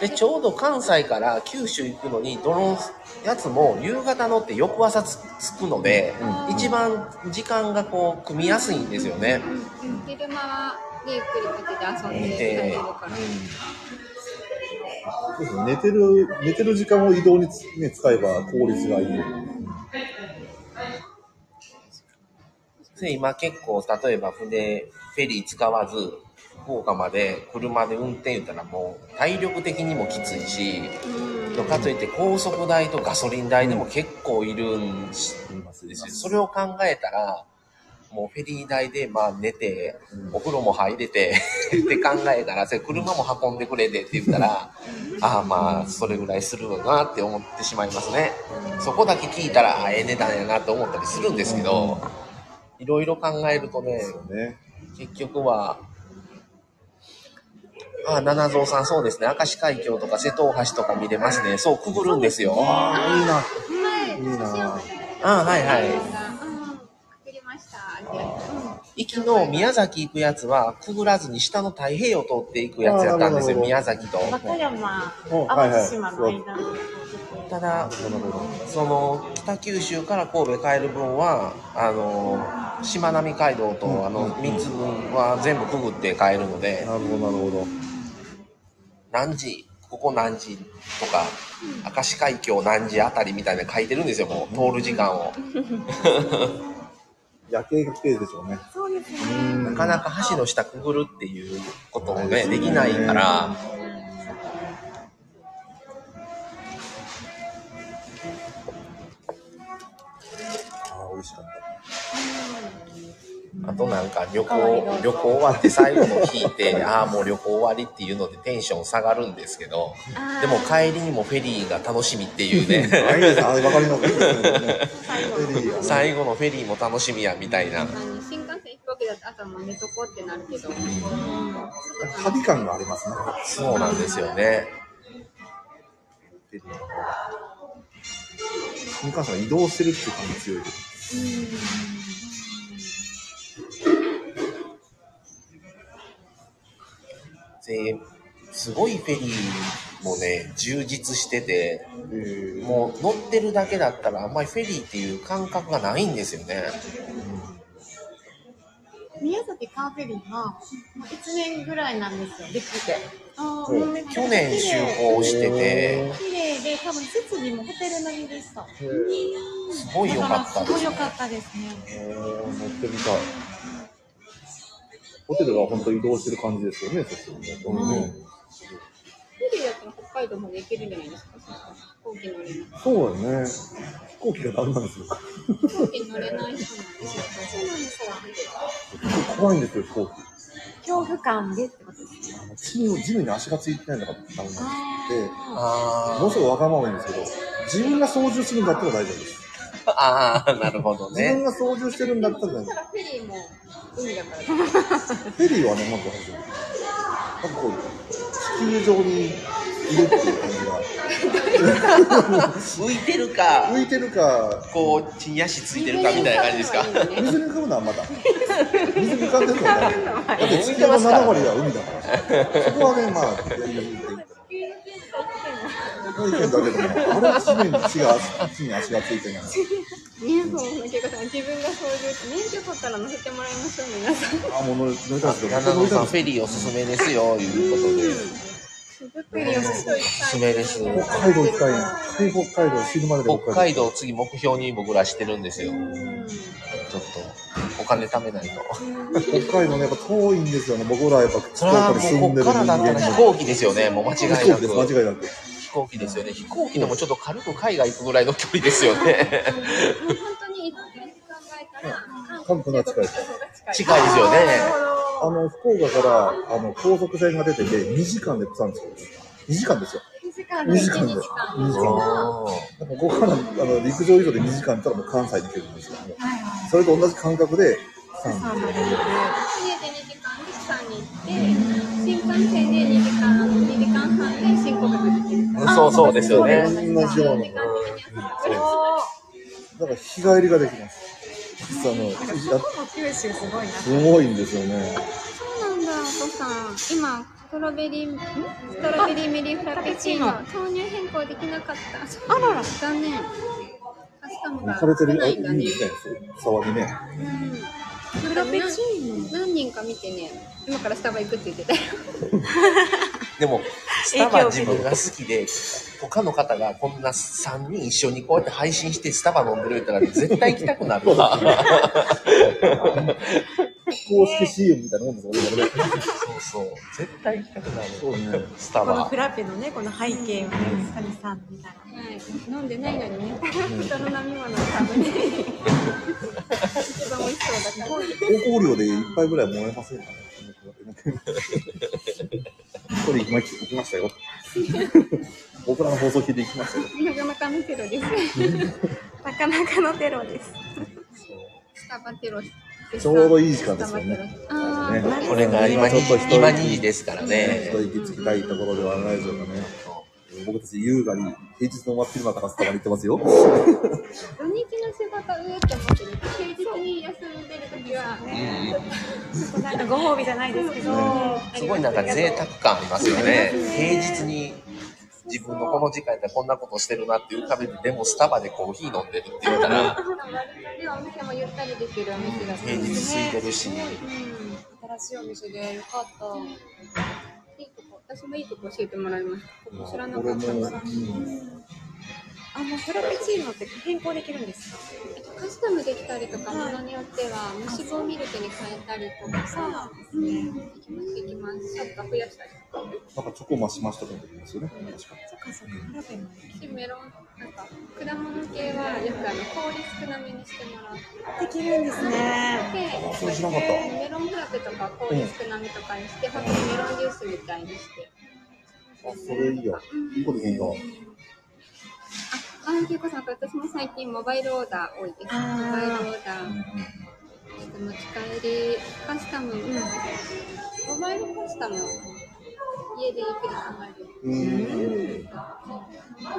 [SPEAKER 1] で、ちょうど関西から九州行くのに、どのやつも夕方乗って翌朝つ着くので、
[SPEAKER 3] うん
[SPEAKER 1] 一番時間がこう、組みやすいんですよね。
[SPEAKER 4] 昼間はねゆっくりこうやって遊ん
[SPEAKER 1] 見
[SPEAKER 4] でい
[SPEAKER 1] て
[SPEAKER 4] ただけるから、
[SPEAKER 3] そうですね寝てる、寝てる時間を移動につ、ね、使えば効率がいい。
[SPEAKER 1] で今結構例えば船フェリー使わず福岡まで車で運転言ったらもう体力的にもきついし、かといって高速代とガソリン代でも結構いるんですよ、それを考えたらもうフェリー代でまあ寝てお風呂も入れ てって考えたらそれ車も運んでくれてって言ったらああまあそれぐらいするよなって思ってしまいますねそこだけ聞いたらあええ値段やなと思ったりするんですけど、いろいろ考えるとね
[SPEAKER 3] ですよね。
[SPEAKER 1] 結局はあ七蔵さんそうですね明石海峡とか瀬戸大橋とか見れますねそうくぐるんですよあ
[SPEAKER 3] あい
[SPEAKER 4] 前
[SPEAKER 3] いな。いいな。
[SPEAKER 1] あはいは
[SPEAKER 4] 送りましたってやつうん
[SPEAKER 1] い行きの宮崎行くやつはくぐらずに下の太平洋通っていくやつやったんですよ
[SPEAKER 3] あーな
[SPEAKER 1] 宮崎と
[SPEAKER 2] 和歌山、
[SPEAKER 3] おはいはい
[SPEAKER 2] 淡路島の間の。
[SPEAKER 1] ただその北九州から神戸帰る分はあのしまなみ海道とあの3つ分は全部くぐって帰るので
[SPEAKER 3] なるほど、なるほど。
[SPEAKER 1] 何時ここ何時とか明石海峡何時あたりみたいなの書いてるんですよもう通る時間を
[SPEAKER 3] 夜景が綺麗でしょうね。
[SPEAKER 2] そうですね。
[SPEAKER 1] なかなか橋の下くぐるっていうこともねできないから
[SPEAKER 3] ああ、美味しかっ
[SPEAKER 1] あとなんか旅
[SPEAKER 2] 代わり
[SPEAKER 1] 行
[SPEAKER 2] の
[SPEAKER 1] 旅行終わって最後の引いて ああもう旅行終わりっていうのでテンション下がるんですけどでも帰りにもフェリーが楽しみっていう
[SPEAKER 3] た。
[SPEAKER 1] ね
[SPEAKER 3] あ、いいですね。あ、わかります。いいですね。
[SPEAKER 2] 最後
[SPEAKER 3] フェリーがね
[SPEAKER 1] 最後のフェリーも楽しみやみたいな
[SPEAKER 4] 何新幹線飛行機だと朝もう寝とこうってなるけど、
[SPEAKER 3] 旅感がありますね。
[SPEAKER 1] そうなんですよね
[SPEAKER 3] フェリーの方が新幹線は移動してるっていう感じ強いです。
[SPEAKER 1] ですごいフェリーもね充実してて
[SPEAKER 3] ええ
[SPEAKER 1] もう乗ってるだけだったらあんまりフェリーっていう感覚がないんですよね
[SPEAKER 2] 宮崎カーフェリーは、もう1年ぐらいなんですよ、できて。あ
[SPEAKER 3] うん
[SPEAKER 2] めっちゃ
[SPEAKER 1] 去年就航してて
[SPEAKER 2] 綺麗で、多分設備もホテル並みでした。
[SPEAKER 3] へえ
[SPEAKER 1] すごい良かった
[SPEAKER 2] だらす
[SPEAKER 1] で
[SPEAKER 2] ごい
[SPEAKER 1] す
[SPEAKER 2] 良かったですね。
[SPEAKER 3] へえ乗ってみたい。ホテルが本当移動してる感じですよね、そっちもね
[SPEAKER 4] フェリーだったら北海道まで行けるんじゃないですか、そしたら飛行機乗れない。
[SPEAKER 3] そうだよね。飛行機がダメなんですよ。
[SPEAKER 4] 飛行機乗れない人なんですよ。
[SPEAKER 2] そうなんですよ。
[SPEAKER 3] 怖いんですよ、飛行機。
[SPEAKER 2] 恐怖感でってことですね。
[SPEAKER 3] あの地面地面に足がついてないのがダメなんですよ。で、
[SPEAKER 1] あ
[SPEAKER 3] もうすぐわがまま言うんですけど、自分が操縦するんだったら大丈夫です。
[SPEAKER 1] ーあーなるほど
[SPEAKER 3] 自分
[SPEAKER 1] ね
[SPEAKER 3] が操縦してるんだったら大
[SPEAKER 4] そし
[SPEAKER 3] 丈
[SPEAKER 4] たらフェリーも海だから。
[SPEAKER 3] 夫。フェリーはね、まず大丈夫。なんかこう、地球上にいるっていう感じが。
[SPEAKER 1] 浮いてるか
[SPEAKER 3] 浮いてるか、
[SPEAKER 1] こう地に足ついてるかみたいな感じですか
[SPEAKER 4] 水に浮かぶのはいい
[SPEAKER 3] 水
[SPEAKER 4] よね
[SPEAKER 3] に浮かぶのはまだ。水に浮かんでるのは大丈夫。だって
[SPEAKER 1] 浮
[SPEAKER 3] 地
[SPEAKER 1] い
[SPEAKER 3] 球
[SPEAKER 1] て
[SPEAKER 3] の
[SPEAKER 1] ますから
[SPEAKER 3] 7割は海だから。そこはね、まあ、いいって言って
[SPEAKER 4] 地球の天才って
[SPEAKER 3] も。いいけど
[SPEAKER 4] いうのは
[SPEAKER 3] だけども、あれは地面に足が、地に足がついてない。
[SPEAKER 4] ね、そう、のけいこさん、自分が操縦って、免許取ったら乗せてもらいましょう、皆さん。
[SPEAKER 3] あ、もう乗り乗りたいですけど、
[SPEAKER 1] 長野
[SPEAKER 3] 僕乗りた
[SPEAKER 1] さ
[SPEAKER 3] いです
[SPEAKER 1] んフェリーおすすめですよいうこと
[SPEAKER 4] 手作りをしとい
[SPEAKER 1] おすすめです
[SPEAKER 4] ね
[SPEAKER 3] 北海道行きたいな。北海道死ぬまでで
[SPEAKER 1] で北海道次目標に僕らしてるんですよ
[SPEAKER 4] うん。
[SPEAKER 1] ちょっとお金貯めないと
[SPEAKER 3] 北海道ね、やっぱ遠いんですよね。僕らやっぱ
[SPEAKER 1] そ
[SPEAKER 3] 福
[SPEAKER 1] れ
[SPEAKER 3] 岡
[SPEAKER 1] は
[SPEAKER 3] に
[SPEAKER 1] も
[SPEAKER 3] 住ん
[SPEAKER 1] うこ
[SPEAKER 3] で
[SPEAKER 1] っ
[SPEAKER 3] る人
[SPEAKER 1] からだ
[SPEAKER 3] 間
[SPEAKER 1] ったら飛行機ですよねもう間違いな
[SPEAKER 3] 飛行機です
[SPEAKER 1] く
[SPEAKER 3] 間違いなく。
[SPEAKER 1] 飛行機ですよね飛行機でもちょっと軽く海外行くぐらいの距離ですよね
[SPEAKER 4] もう本当に、一回考えたら、
[SPEAKER 3] 韓国が近い。
[SPEAKER 1] 近いですよね
[SPEAKER 3] あの、福岡から、あの、高速船が出てて、2時間で着んですよ。2時間ですよ。
[SPEAKER 4] 2時間で
[SPEAKER 3] 2
[SPEAKER 4] 1
[SPEAKER 3] 時間で。
[SPEAKER 4] 日
[SPEAKER 3] 2
[SPEAKER 4] 間
[SPEAKER 3] 時
[SPEAKER 4] は
[SPEAKER 3] 間。なんかここから、あの、陸上以上で2時間行ったらもう関西に来るんですよ。もう
[SPEAKER 4] いはい
[SPEAKER 3] それと同じ感覚で、3
[SPEAKER 2] サ
[SPEAKER 3] 時
[SPEAKER 2] ンマルで
[SPEAKER 4] 家で2時間で釜山に行って新幹線で2時間2時間半で新国分できる
[SPEAKER 1] うんそうそうですよね
[SPEAKER 3] 同じような。だから日帰りができます。実はあの、
[SPEAKER 2] そこも九州すごいな
[SPEAKER 3] すごいんですよね。
[SPEAKER 4] そうなんだお父さん今ストロベリーんストロベリーメリーフラペチーノ豆乳変更できなかったあらら残念カスタムが
[SPEAKER 3] 枯れて
[SPEAKER 4] 来
[SPEAKER 3] る、あ、
[SPEAKER 4] ないい
[SPEAKER 3] い
[SPEAKER 4] ん
[SPEAKER 3] みた
[SPEAKER 4] だ
[SPEAKER 3] い
[SPEAKER 4] ね
[SPEAKER 3] ですよ。沢にね。
[SPEAKER 4] うん
[SPEAKER 2] フラペチーノ
[SPEAKER 4] 何人か見てね今からスタバ行くって言ってたよ
[SPEAKER 1] でもスタバ自分が好きで他の方がこんな3人一緒にこうやって配信してスタバ飲んでるって言ったら絶対行きたくな る
[SPEAKER 3] 公式 CM みたいなもんですよね。これね
[SPEAKER 1] そうそう絶対行きたくなる
[SPEAKER 3] そうね。
[SPEAKER 1] スタ
[SPEAKER 2] この
[SPEAKER 1] バ
[SPEAKER 2] フラペのねこの背景をね神さんみたいな
[SPEAKER 4] はい、飲んでないのにね、人の飲み物を食べて、一番美味しそうだから。
[SPEAKER 3] 高校量で一杯ぐらい燃えませんかね。これ今行きましたよ。僕らの放送聞いて行きましたよ。
[SPEAKER 4] なかなかのテロです。
[SPEAKER 2] なかなかのテロです
[SPEAKER 4] スタバテロ。
[SPEAKER 3] ちょうどいい時間ですよね
[SPEAKER 4] スタバテロ。ああ、
[SPEAKER 3] ね
[SPEAKER 1] これが今
[SPEAKER 3] ちょっと
[SPEAKER 1] 今2時ですからね
[SPEAKER 3] 一息つきたいところではないでしょうかね。僕たち優雅に平日の真っ昼間からスタバに行ってますよ。
[SPEAKER 4] 土日の仕事上って思ってる。平日に休んでる時は、
[SPEAKER 2] なんかご褒美じゃないですけど、
[SPEAKER 1] すごいなんか贅沢感ありますよね。平日に自分のこの時間やったらこんなことしてるなって浮かべて、でもスタバでコーヒー飲んでるって言ったら、
[SPEAKER 4] で、お店もゆったりできるお店だし。
[SPEAKER 1] 平日空いてるし、
[SPEAKER 2] 新しいお店でよかった。
[SPEAKER 4] いいとこ、私もいいとこ教えてもらいました。ここ知らなか
[SPEAKER 3] 俺
[SPEAKER 4] っ
[SPEAKER 3] も
[SPEAKER 4] たから。
[SPEAKER 2] あ、もうフラペチーノって変更できるんですか。
[SPEAKER 4] カスタムできたりとか、ものによっては、無脂肪ミルクに変えたりとか
[SPEAKER 2] そう
[SPEAKER 4] さ
[SPEAKER 2] な、んですね。
[SPEAKER 4] できます、できます。サッカー増やしたりと
[SPEAKER 3] な
[SPEAKER 4] か、
[SPEAKER 3] んかチョコ増しましたとか言いますよね。確か
[SPEAKER 2] そっかそっか、フラペもで
[SPEAKER 4] しメロン、なんか、果物系は、よくあの、氷少なめにしてもらっ
[SPEAKER 2] き
[SPEAKER 4] て、
[SPEAKER 2] るんですね。
[SPEAKER 3] あそれ知らなかった
[SPEAKER 4] メロンフラペとか氷少なめとかにして、本当にメロンジュースみたいにして。
[SPEAKER 3] あ、それいいよ。いいこと聞いた。
[SPEAKER 4] あ、あ、ゆうこさん、私も最近モバイルオーダー多いです。モ
[SPEAKER 2] あー
[SPEAKER 4] バイルオーダー。ちょっと持ち帰り、カスタム、うん、モバイルカスタム、家でゆっくり考え
[SPEAKER 3] う
[SPEAKER 4] る。
[SPEAKER 3] ん。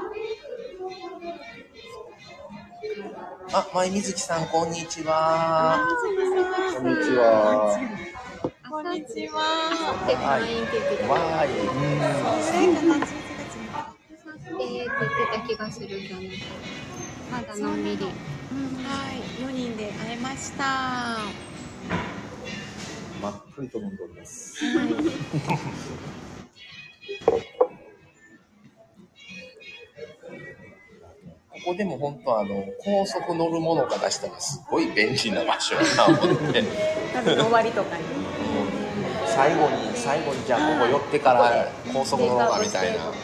[SPEAKER 1] あ、前水木さん、こんにちは。
[SPEAKER 3] こんにちは。
[SPEAKER 2] こんにちは。
[SPEAKER 4] で、会員って言ってた。
[SPEAKER 1] わーい。
[SPEAKER 2] 千月八月八
[SPEAKER 4] さてって言ってた気がするけど、まだのんびり。
[SPEAKER 2] はい、四人で会えました。は
[SPEAKER 3] まったりと飲んでおります。
[SPEAKER 2] い。
[SPEAKER 1] ここでも本当あの、高速乗るものが出したらすっごい便利な場所やな、思って。
[SPEAKER 2] 旅の終わりとかに。
[SPEAKER 1] 最後に、最後にじゃあここ寄ってから高速乗ろうかみたいな。
[SPEAKER 4] 必要なら、あの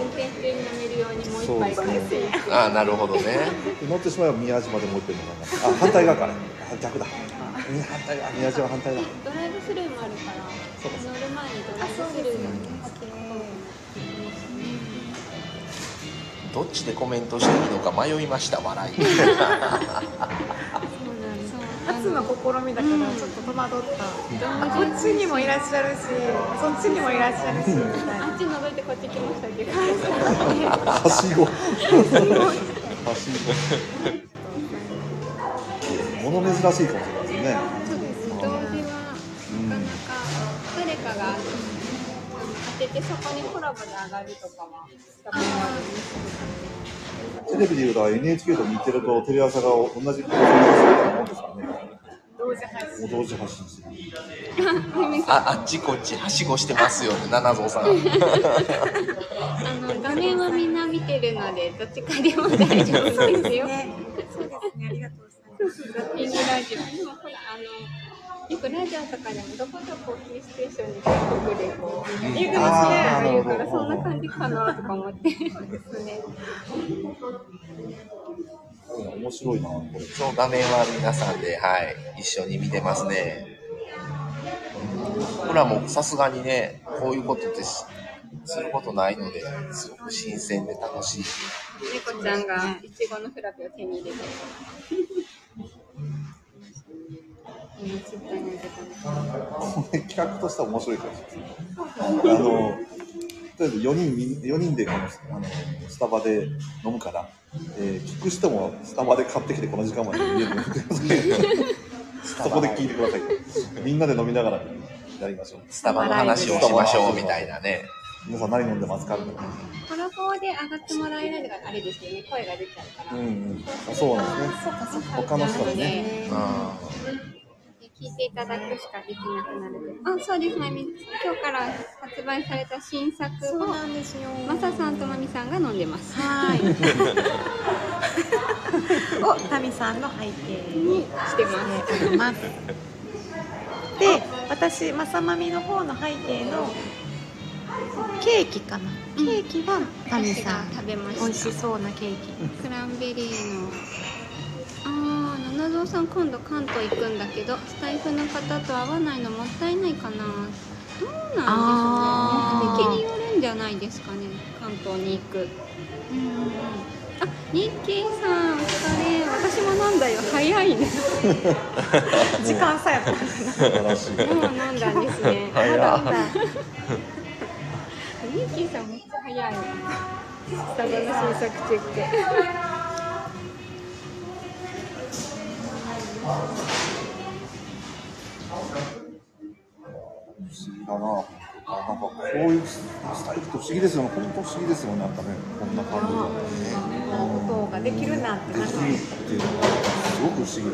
[SPEAKER 4] 運転中に飲めるようにもう一
[SPEAKER 3] そ
[SPEAKER 4] 杯
[SPEAKER 3] う
[SPEAKER 4] ご
[SPEAKER 3] です
[SPEAKER 4] 飯
[SPEAKER 3] ね
[SPEAKER 1] あーなるほどね。
[SPEAKER 3] 乗ってしまえば宮島でもう一回飲まなあ、反対側から。あ逆だ。み反対側、宮島反対だ。
[SPEAKER 4] ドライブスルーもあるから、乗る前にドライブスルーも
[SPEAKER 1] どっちでコメントしていいのか迷いました、笑い。
[SPEAKER 4] そうなんです。
[SPEAKER 2] 初の試みだから、ちょっと戸惑った。あこっちにもいらっしゃるし、そっちにもいらっしゃるしみたいな。
[SPEAKER 4] あっち覗いてこっち来ましたけど。
[SPEAKER 3] はしご。はしご。物珍しいかもしれないですね。
[SPEAKER 4] そうです。同時はなかなか誰かが当ててそこにコラボで上がるとかは、多分あるんですけど。
[SPEAKER 3] テレビでいうと NHK と日テレとテレ朝が同じことをするみたいなもんですかね。
[SPEAKER 2] 同時配
[SPEAKER 3] もう
[SPEAKER 2] 信。
[SPEAKER 3] 同時発信してる。
[SPEAKER 1] ああっちこっちはしごしてますよね七蔵さん
[SPEAKER 4] あの画面はみんな見てるのでどっちかでも大丈夫ですよ。
[SPEAKER 2] ね、そうですね、ありがとうございます。
[SPEAKER 4] ピングラジオ。でもほらあのよくラジオとかでもどこどこヒルステーションに全国でこう
[SPEAKER 2] 言う
[SPEAKER 3] あー
[SPEAKER 4] 言うからそんな感じかなとか思ってですね。
[SPEAKER 3] 面白いな、これ。
[SPEAKER 1] そう画面は皆さんではい一緒に見てますねほらもうさすがにねこういうことってしすることないのですごく新鮮で楽しい
[SPEAKER 4] 猫ちゃんがいちごのフラペを手に入れて。今ツイッターに上げたの
[SPEAKER 3] これ企画としては面白いかもしれない。あの、とりあえず4人みん、4人でこの、あの、スタバで飲むから、えー聞く人もスタバで買ってきてこの時間まで家で飲んでください。そこで聞いてください。みんなで飲みながらやりましょう。
[SPEAKER 1] スタバの話をしましょうみたいなね
[SPEAKER 3] 皆さん何飲んでますかみたいな。
[SPEAKER 4] コラボで上がってもらえないのがあれですよね、声が出ちゃうから。
[SPEAKER 3] うんうん。あそうなんですね。
[SPEAKER 2] そうか、そうか。
[SPEAKER 3] 他の人にね。
[SPEAKER 1] う
[SPEAKER 4] ね
[SPEAKER 1] ん
[SPEAKER 4] 聞いていただくしかできなくなる。あ、そうです、まみ。今日から発売された新作
[SPEAKER 2] そう
[SPEAKER 4] を、
[SPEAKER 2] なんですよ。
[SPEAKER 4] まささんとまみさんが飲んでます。
[SPEAKER 2] はい。 をタミさんの背景に
[SPEAKER 4] にしてます。
[SPEAKER 2] 入れてます。で、私まさまみの方の背景のケーキかな。ケーキはタミ
[SPEAKER 4] 私
[SPEAKER 2] さ
[SPEAKER 4] が
[SPEAKER 2] ん。
[SPEAKER 4] 食べま
[SPEAKER 2] 美味し
[SPEAKER 4] した。
[SPEAKER 2] そうなケーキ。
[SPEAKER 4] クランベリーの。ああ、七蔵さん、今度関東行くんだけど、スタイフの方と会わないのもったいないかな。どうなん
[SPEAKER 2] あ
[SPEAKER 4] で
[SPEAKER 2] ー
[SPEAKER 4] すかね。目的によるんじゃないですかね。関東に行
[SPEAKER 2] う
[SPEAKER 4] く。
[SPEAKER 2] ん。
[SPEAKER 4] あ、ニッキーさん、お疲れ。私も飲んだよ。早いね。
[SPEAKER 2] 時間さえも。
[SPEAKER 3] 素晴らしい。
[SPEAKER 4] もう飲んだんです ね。
[SPEAKER 1] 早い
[SPEAKER 4] まだまだ。ミッキーさんめっちゃ早い。スタバの新作チェック。
[SPEAKER 3] 不思議だな。あなんかこういうスタイルって不思議ですよね。本当不思議ですよね。なんかね、こんな感じで。
[SPEAKER 2] 思うことができるなんて
[SPEAKER 3] で
[SPEAKER 2] なん
[SPEAKER 3] き
[SPEAKER 2] か。
[SPEAKER 3] るっていうのがすごく不思議ですね。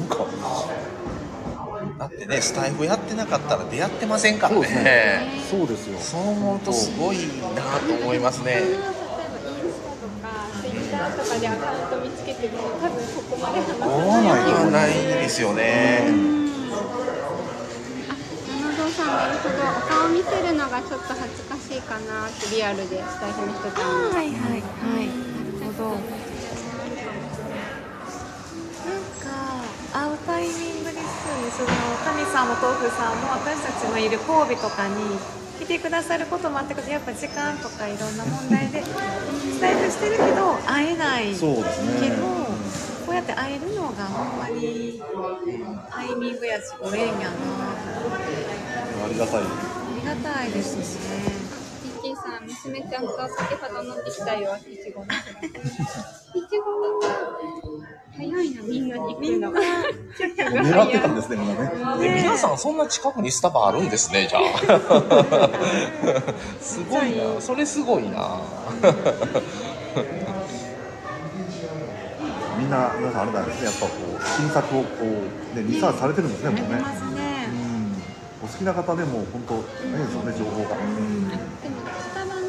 [SPEAKER 3] なんか
[SPEAKER 1] だってねスタイフやってなかったら出会ってませんから
[SPEAKER 3] そうです
[SPEAKER 1] ね
[SPEAKER 3] そうですよ。
[SPEAKER 1] そう思うとすごいなと思いますね
[SPEAKER 4] 例えばインスタとかツイッターとかでアカウント見つけても多分ここまで話さ
[SPEAKER 3] 合わ
[SPEAKER 4] ない。
[SPEAKER 3] ないよね。
[SPEAKER 1] ないですよね
[SPEAKER 4] 七堂さんがるほどお顔見せるのがちょっと恥ずかしいかなってリアルでスタイフの人と会うの
[SPEAKER 2] はいはいはい。なるほど。なんか会うタイミングですよね。その神さんも豆腐さんも私たちのいる神戸とかに来てくださることもあったけど、やっぱ時間とかいろんな問題でスタイルしてるけど会えない。
[SPEAKER 3] そうですね
[SPEAKER 2] けど。こうやって会えるのがほんまにタイミングやしご縁やな
[SPEAKER 3] ありがたい。
[SPEAKER 2] ありがたいですね
[SPEAKER 4] ミッキーさん、娘ちゃんと先ほど飲んできたよ、いちごの。いちご早いな、みんなに行く の。
[SPEAKER 3] 狙ってたんですね、みんなね。
[SPEAKER 1] え皆さんそんな近くにスタバあるんですねじゃあすごいなそれすごいな
[SPEAKER 3] みんな、皆さんあれなんですね。やっぱこう、新作をこう、ね、リサーチされてるんですね、
[SPEAKER 2] や
[SPEAKER 3] も
[SPEAKER 2] め
[SPEAKER 3] う
[SPEAKER 2] て
[SPEAKER 3] ね
[SPEAKER 2] ま。すね
[SPEAKER 3] うんお好きな方でも、本当、ないですよね、情報が。
[SPEAKER 4] でも、スタバの公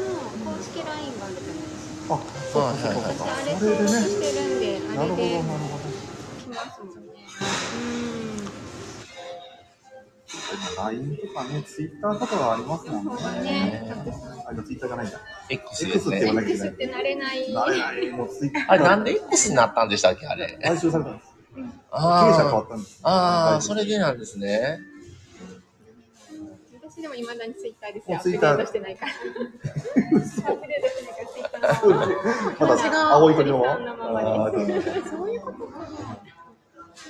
[SPEAKER 4] 式 LINE があるじゃないです
[SPEAKER 3] あ、そうかそうかそう
[SPEAKER 4] か。私、あれ
[SPEAKER 3] か。それ
[SPEAKER 4] 登
[SPEAKER 3] で
[SPEAKER 4] 録
[SPEAKER 3] ね。
[SPEAKER 4] してるんで、あ
[SPEAKER 3] なる
[SPEAKER 4] れ
[SPEAKER 3] ほど、な
[SPEAKER 4] で
[SPEAKER 3] るほど。
[SPEAKER 4] 来ますもんね。
[SPEAKER 3] LINE とかね、Twitter とかがありますもん
[SPEAKER 4] 情
[SPEAKER 3] ね
[SPEAKER 4] 報。がね、たくさん。
[SPEAKER 3] あ、じゃ Twitter じゃないんだ。
[SPEAKER 1] X です
[SPEAKER 3] 言わな
[SPEAKER 1] ね
[SPEAKER 3] きゃいけ
[SPEAKER 4] X
[SPEAKER 3] ない
[SPEAKER 4] って慣れない。
[SPEAKER 3] なれない。もう Twitter。
[SPEAKER 1] あれなんで X になったんでしたっけあれ
[SPEAKER 3] 買収されたんです。経営者変わ
[SPEAKER 1] あ
[SPEAKER 3] ったんです。
[SPEAKER 1] あああそれでなんですね
[SPEAKER 4] 私でも未だにツイッターですよ。
[SPEAKER 3] も
[SPEAKER 4] ア
[SPEAKER 3] う Twitter
[SPEAKER 4] ップデートしてな いから。アップデートしてないから、ツイッターのまま。
[SPEAKER 3] まだ青い鳥のま
[SPEAKER 4] 鳥さんのま
[SPEAKER 3] ま。
[SPEAKER 4] ま
[SPEAKER 3] あーでも
[SPEAKER 4] そういうことか。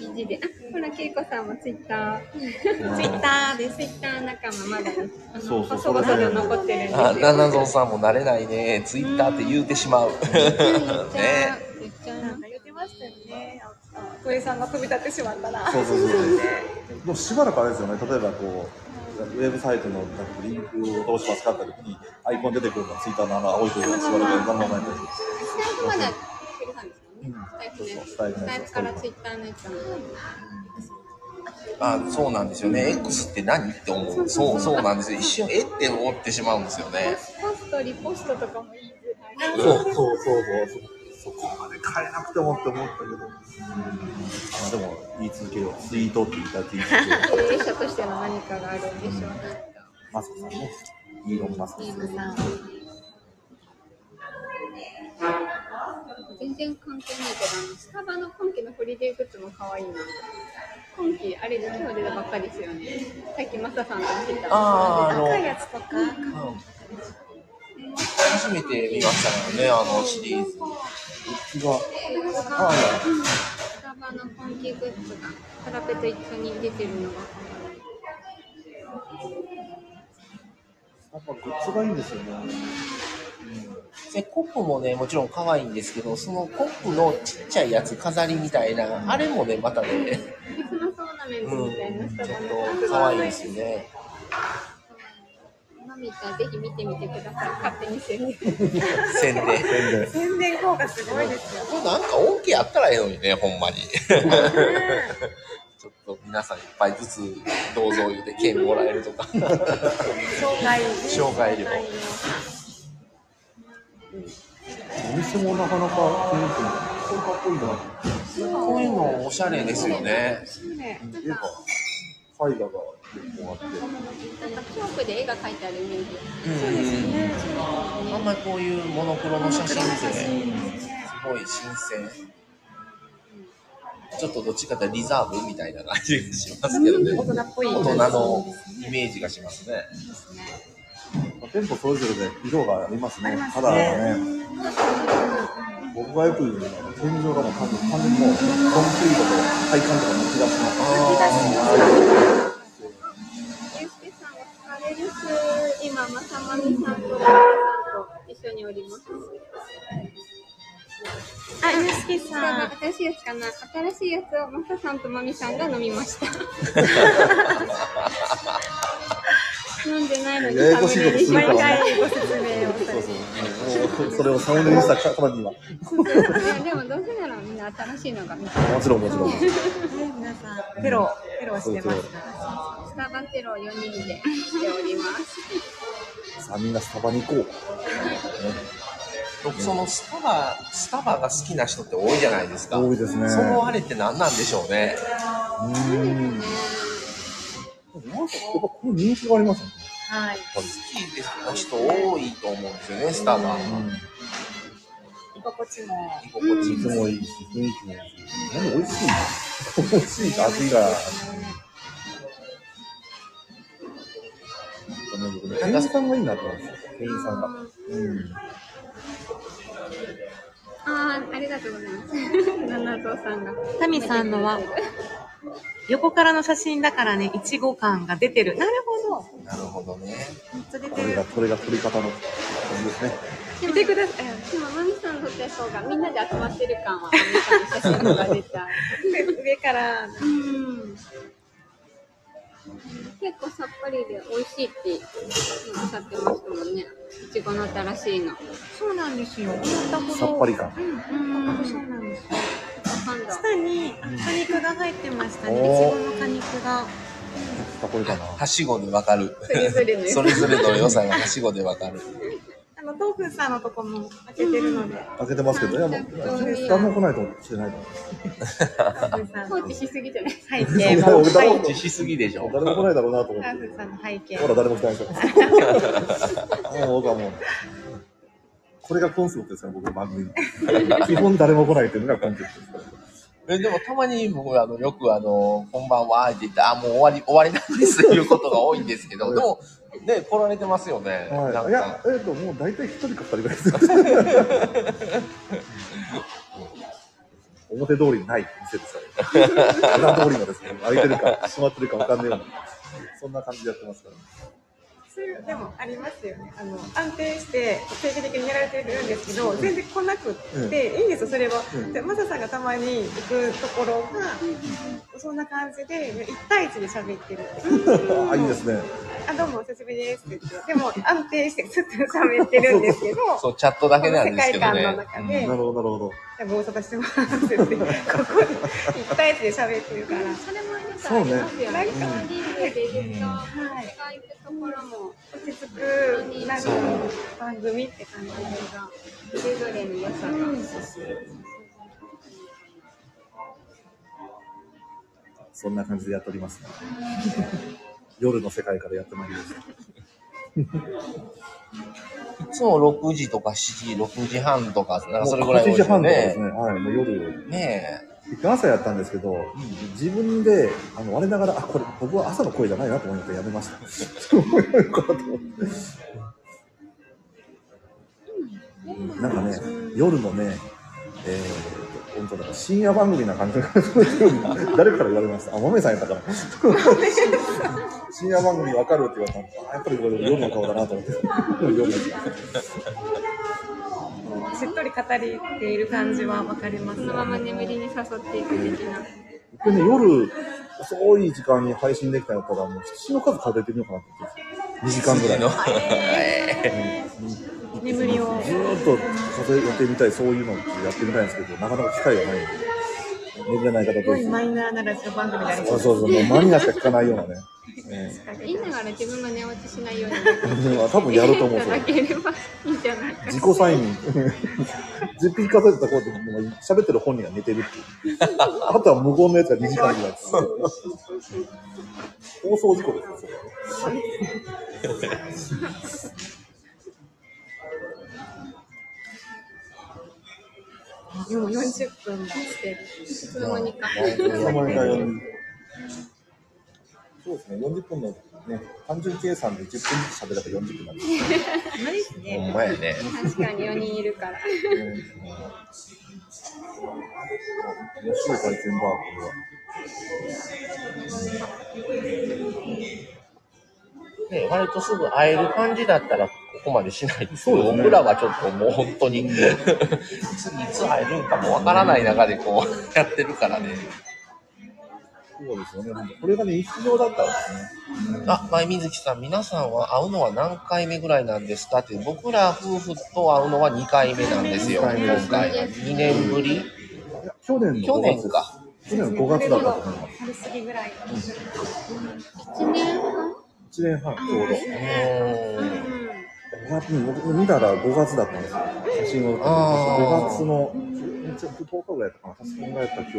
[SPEAKER 4] 意地で。あ、ほら、けいこさんもツイッター。
[SPEAKER 2] ツイッターです
[SPEAKER 4] ツイッター仲間まだ。あの
[SPEAKER 3] そうそう
[SPEAKER 4] 細々と残ってるんです
[SPEAKER 1] あ
[SPEAKER 4] よ。
[SPEAKER 1] 七蔵さんも慣れないねツイッターって言うてしまうね
[SPEAKER 4] 言っちゃう
[SPEAKER 2] なんか言ってましたよね。あ鳥さんが飛び立ってしまったら。
[SPEAKER 3] そうそうそう。でもしばらくあれですよね。例えばこう、ウェブサイトのなんかリンクをどうしますかって時に、アイコン出てくるのが Twitter のあの青い鳥がしばらく何もないんです。
[SPEAKER 4] さんまだくれたんですもんね。
[SPEAKER 3] そうそう
[SPEAKER 4] ス
[SPEAKER 3] ス
[SPEAKER 4] タ
[SPEAKER 3] タ
[SPEAKER 4] イ
[SPEAKER 3] イフ
[SPEAKER 4] フ
[SPEAKER 3] の
[SPEAKER 4] のや
[SPEAKER 3] やつ
[SPEAKER 4] つ。スタイフからツイッターのやつも。
[SPEAKER 1] あそうなんですよね X って何って思うそうそうなんですよ一瞬えって思ってしまうんですよね
[SPEAKER 4] ポスト、リポストとかも言いづらい。
[SPEAKER 3] そうそうそうそう。そこまで変えなくてもって思ったけど。まあでも言い続けよう。ツイートって言ったら言い続けよう。
[SPEAKER 4] 経営者としての何かがあるんでしょうね。
[SPEAKER 3] マスクさんね。イーロンマスク
[SPEAKER 4] リ
[SPEAKER 3] さん。
[SPEAKER 4] ーさん。全然関係ないけどあの、スタバの今季のホリデーグッズも可愛いな。今季、あれで今日出たばっかりですよね。さっきマサさんと見てた。
[SPEAKER 1] あーあの
[SPEAKER 2] 赤いやつとか、
[SPEAKER 1] 初めて見ましたよねあのシリーズ
[SPEAKER 3] うちは
[SPEAKER 4] あースタバの本気グッズがカラペと一緒に出てるのが
[SPEAKER 3] やっぱグッズがいいんですよね。
[SPEAKER 1] でコップもねもちろん可愛いんですけどそのコップのちっちゃいやつ飾りみたいなあれもねまたね
[SPEAKER 4] クリスマスオーナメントみたい
[SPEAKER 1] う
[SPEAKER 4] な
[SPEAKER 1] ん
[SPEAKER 4] ス
[SPEAKER 1] ちょ
[SPEAKER 4] タ
[SPEAKER 1] っ
[SPEAKER 4] バの
[SPEAKER 1] と可愛いですよね
[SPEAKER 4] マミちゃんぜひ見てみてください勝手に宣伝
[SPEAKER 1] 宣伝こ
[SPEAKER 3] 全然。
[SPEAKER 2] 宣伝効果すごいですよ。
[SPEAKER 1] れなんか恩恵あったらええのにねほんまにちょっと皆さんいっぱいずつどうぞ言うて券もらえるとか
[SPEAKER 2] 紹介
[SPEAKER 1] 紹介料
[SPEAKER 3] お店もなかなか雰囲気もすごいかっこいいな。
[SPEAKER 1] こういうのおしゃれですよね
[SPEAKER 2] ね
[SPEAKER 3] 絵が絵画が結構あって。
[SPEAKER 4] なんかチョークで絵が描いてあるイメージ
[SPEAKER 1] そうですねあんまりこういうモノクロの写真ってすごい新鮮ちょっとどっちかというとリザーブみたいな感じがしますけどね
[SPEAKER 2] 大人っぽい
[SPEAKER 1] 大人のイメージがしますね。
[SPEAKER 3] 店舗それぞれで色がありますね。
[SPEAKER 2] ま
[SPEAKER 3] た
[SPEAKER 2] すね
[SPEAKER 3] だね、僕がよく言うのは、天井がもう完全に、完全にもう、コンクリートと配管とかむき出しの。
[SPEAKER 4] ゆうすけさんお疲れです今まさまみさんとまみさんと一緒におります
[SPEAKER 2] あ、ゆうすけ
[SPEAKER 4] スタ
[SPEAKER 2] さ
[SPEAKER 4] バ
[SPEAKER 2] ん。
[SPEAKER 4] 新しいやつかな新しいやつをまささんとまみさんが飲みました飲んでないのに
[SPEAKER 3] ややこしいことする
[SPEAKER 2] 毎
[SPEAKER 3] からね。
[SPEAKER 2] 回ご説明をさ
[SPEAKER 3] そ
[SPEAKER 2] れ
[SPEAKER 3] う
[SPEAKER 2] て。
[SPEAKER 3] そう。もうそれを再現したからには。
[SPEAKER 4] でもどうせならみんな新しいのが見たい
[SPEAKER 3] もちろんもちろん。
[SPEAKER 2] ね皆さん、ペロ、ペロしてますから。
[SPEAKER 4] スタバテロ4人でしております。
[SPEAKER 3] さあみんなスタバに行こう。ね
[SPEAKER 1] 僕そのスタバ、スタバが好きな人って多いじゃないですか。
[SPEAKER 3] 多いですね
[SPEAKER 1] そのあれって何なんでしょうね。
[SPEAKER 3] うーん。やっぱこの人気がありますよね。
[SPEAKER 2] はい。
[SPEAKER 1] 好きです人多いと思うんですよね、スタバ。
[SPEAKER 2] 居心地も。
[SPEAKER 1] 居心地
[SPEAKER 3] いつ
[SPEAKER 1] も
[SPEAKER 3] もいいし、雰囲気もいいし。何美味しいの美味しいし、味が。店員さんがいいなと思うんですよ。店員さんが。うん。
[SPEAKER 4] ああ、ありがとうございます。七蔵さんが。
[SPEAKER 2] タミさんのは横からの写真だからね、いちご感が出てる。なるほど。
[SPEAKER 1] なるほどね。
[SPEAKER 2] めっちゃ出
[SPEAKER 3] こ
[SPEAKER 2] て
[SPEAKER 3] れが、
[SPEAKER 2] る。
[SPEAKER 3] これが取り方の感じですね。
[SPEAKER 2] 見てください。
[SPEAKER 4] でも、まみさんの手相がみんなで集まってる感は、まみさんの写真とか出た。
[SPEAKER 2] 上から。
[SPEAKER 4] うん。結構さっぱりで美味しいっておっしゃってましたもんね。いちごの新しいの。
[SPEAKER 2] そうなんですよ。思ったほど
[SPEAKER 3] さっぱり。感。
[SPEAKER 4] うん
[SPEAKER 2] そうなんですよ。
[SPEAKER 4] 今度。
[SPEAKER 2] 下にあ果肉が入ってましたね。いち
[SPEAKER 3] お
[SPEAKER 2] ご
[SPEAKER 3] ー
[SPEAKER 2] の果肉
[SPEAKER 3] さ
[SPEAKER 2] が。
[SPEAKER 3] あこれかな。
[SPEAKER 1] はしごでわかる。
[SPEAKER 4] それぞ
[SPEAKER 1] そ
[SPEAKER 4] れの良さ
[SPEAKER 1] れぞれの良さがはしごでわかる。
[SPEAKER 2] あの、豆腐さんのとこも開けてるので、
[SPEAKER 3] 開けてますけどね。もう、何も来ないと思ってないと思う。
[SPEAKER 2] 豆腐さん
[SPEAKER 4] 放
[SPEAKER 2] の
[SPEAKER 4] 置しすぎじゃない。
[SPEAKER 2] 背景も。背
[SPEAKER 3] 誰
[SPEAKER 2] 景
[SPEAKER 3] も
[SPEAKER 1] しすぎでし
[SPEAKER 3] 誰も来ないだろうなと思
[SPEAKER 2] 豆
[SPEAKER 3] っ
[SPEAKER 2] 腐さ
[SPEAKER 3] て。
[SPEAKER 2] んの背景。
[SPEAKER 3] ほら、誰も来ないから。 もう僕はもう。これがコンセプトですね、僕の番組 の。基本誰も来ないっていうのがコンセプトです。
[SPEAKER 1] えでもたまに僕あのよくあの「こんばんは」って言って「あもう終わり終わりなんです」っていうことが多いんですけどでもね来られてますよね、な
[SPEAKER 3] はい。
[SPEAKER 1] ん
[SPEAKER 3] いや
[SPEAKER 1] か、
[SPEAKER 3] えっと、もう大体一人か二人ぐらいです。 表通りにない店ですから、裏通りのですね、空いてるか、閉まってるか分かんないような、そんな感じでやってますから、
[SPEAKER 2] そういうでもありますよね。あの安定して定期的にやられてるんですけど、全然来なくって、
[SPEAKER 3] うん
[SPEAKER 2] いいんですよそれは。
[SPEAKER 3] うん
[SPEAKER 2] でマサさんがたまに行くところが、そんな感じで一対一で喋ってる。
[SPEAKER 3] あ、いいですね。
[SPEAKER 2] ああ、どうもお久しぶりですって言って、でも安定してずっと喋ってるん ですけど、
[SPEAKER 1] そう、チャットだけなん
[SPEAKER 2] 世
[SPEAKER 1] ですけ
[SPEAKER 2] 界
[SPEAKER 1] ど
[SPEAKER 2] 観
[SPEAKER 1] ね。
[SPEAKER 2] の中で、
[SPEAKER 3] なるほど、なるほど。
[SPEAKER 2] ご無沙汰してますって言って、ここで一対一で喋ってるから。
[SPEAKER 4] それもありますよね。なんかリングで言った、
[SPEAKER 2] はい
[SPEAKER 4] 私が行くところも、
[SPEAKER 2] 落ち着く、なんか
[SPEAKER 1] そう
[SPEAKER 2] 番組って感じが。
[SPEAKER 4] それぞれに良さが。
[SPEAKER 3] そんな感じでやっておりますね。夜の世界からやってまいりました。
[SPEAKER 1] いつも6時とか7時、6時半とか、なんかそれぐらい
[SPEAKER 3] もう8
[SPEAKER 1] 多
[SPEAKER 3] 時
[SPEAKER 1] いですよ
[SPEAKER 3] 半とかです
[SPEAKER 1] ね。
[SPEAKER 3] ね。はい、もう夜。
[SPEAKER 1] ね
[SPEAKER 3] 朝やったんですけど、自分で、あの、我ながら、あ、これ、僕は朝の声じゃないなと思ってやめました。 そういうこと。なんかね、夜のね、えー、本当だ、深夜番組な感じが、誰から言われましたあ、もめさんやったから。深夜番組わかるって言われたの。あやっぱりこれ夜の顔だなと思って。夜の
[SPEAKER 2] しっとり語りっている感じはわかります。
[SPEAKER 4] そのまま眠りに誘っていく的な。
[SPEAKER 3] でね、夜、遅い時間に配信できたんだったら、もう、羊の数数えてみようかなって言って、2時間ぐらい。
[SPEAKER 1] の。
[SPEAKER 2] 眠りを
[SPEAKER 3] ずーっと数えてみたい、そういうのをやってみたいんですけど、なかなか機会がないんで、眠れない方
[SPEAKER 2] すごい
[SPEAKER 3] と。
[SPEAKER 2] マイナーなラジオ番組にな
[SPEAKER 3] そ
[SPEAKER 2] りそうう
[SPEAKER 3] そうそう、もうマニアしか聞かないようなね。え
[SPEAKER 4] 言いながら自分が寝落ちしないように。
[SPEAKER 3] え多分やると思う、
[SPEAKER 4] い
[SPEAKER 3] そ
[SPEAKER 4] ただ
[SPEAKER 3] れ。
[SPEAKER 4] ければいいんじゃないか。
[SPEAKER 3] 自己催眠。10匹数えてた頃って、もう喋ってる本人が寝てるっていう。あとは無言のやつが2時間ぐらいです。放送事故ですね、それはね。
[SPEAKER 2] でも40分もしてる。
[SPEAKER 4] いつの間にか。
[SPEAKER 3] そうですね、40分のね、単純計算で10分ずつ喋れば40分なんですね。
[SPEAKER 2] ないですね。
[SPEAKER 1] ほんまやね。
[SPEAKER 4] 確かに4人いるか
[SPEAKER 3] 面
[SPEAKER 4] ら。
[SPEAKER 3] 白い体験バー、これは。
[SPEAKER 1] ね割とすぐ会える感じだったら、ここまでしないですけど、僕らはちょっともう本当に、次いつ会えるんかもわからない中でこう、 やってるからね。
[SPEAKER 3] そうですよね、なんかこれがね、日常だったんですね。
[SPEAKER 1] あ、前水木さん、皆さんは会うのは何回目ぐらいなんですかって、僕ら夫婦と会うのは2回目なんですよ、
[SPEAKER 3] 二回目
[SPEAKER 1] 今
[SPEAKER 3] ですね
[SPEAKER 1] 回が。2年ぶり
[SPEAKER 3] いや去年の
[SPEAKER 1] 去
[SPEAKER 3] 5月
[SPEAKER 1] 年か。
[SPEAKER 3] 去年の5月だったと思います。
[SPEAKER 2] 春過ぎぐらい。
[SPEAKER 4] 1年半
[SPEAKER 3] 1年半ちょうど。
[SPEAKER 1] うーん。
[SPEAKER 3] 5月に僕見たら5月だったんですよ。写真を撮って
[SPEAKER 1] あー
[SPEAKER 3] 5月のちょっと10日ぐらいだったかな。確かにやった記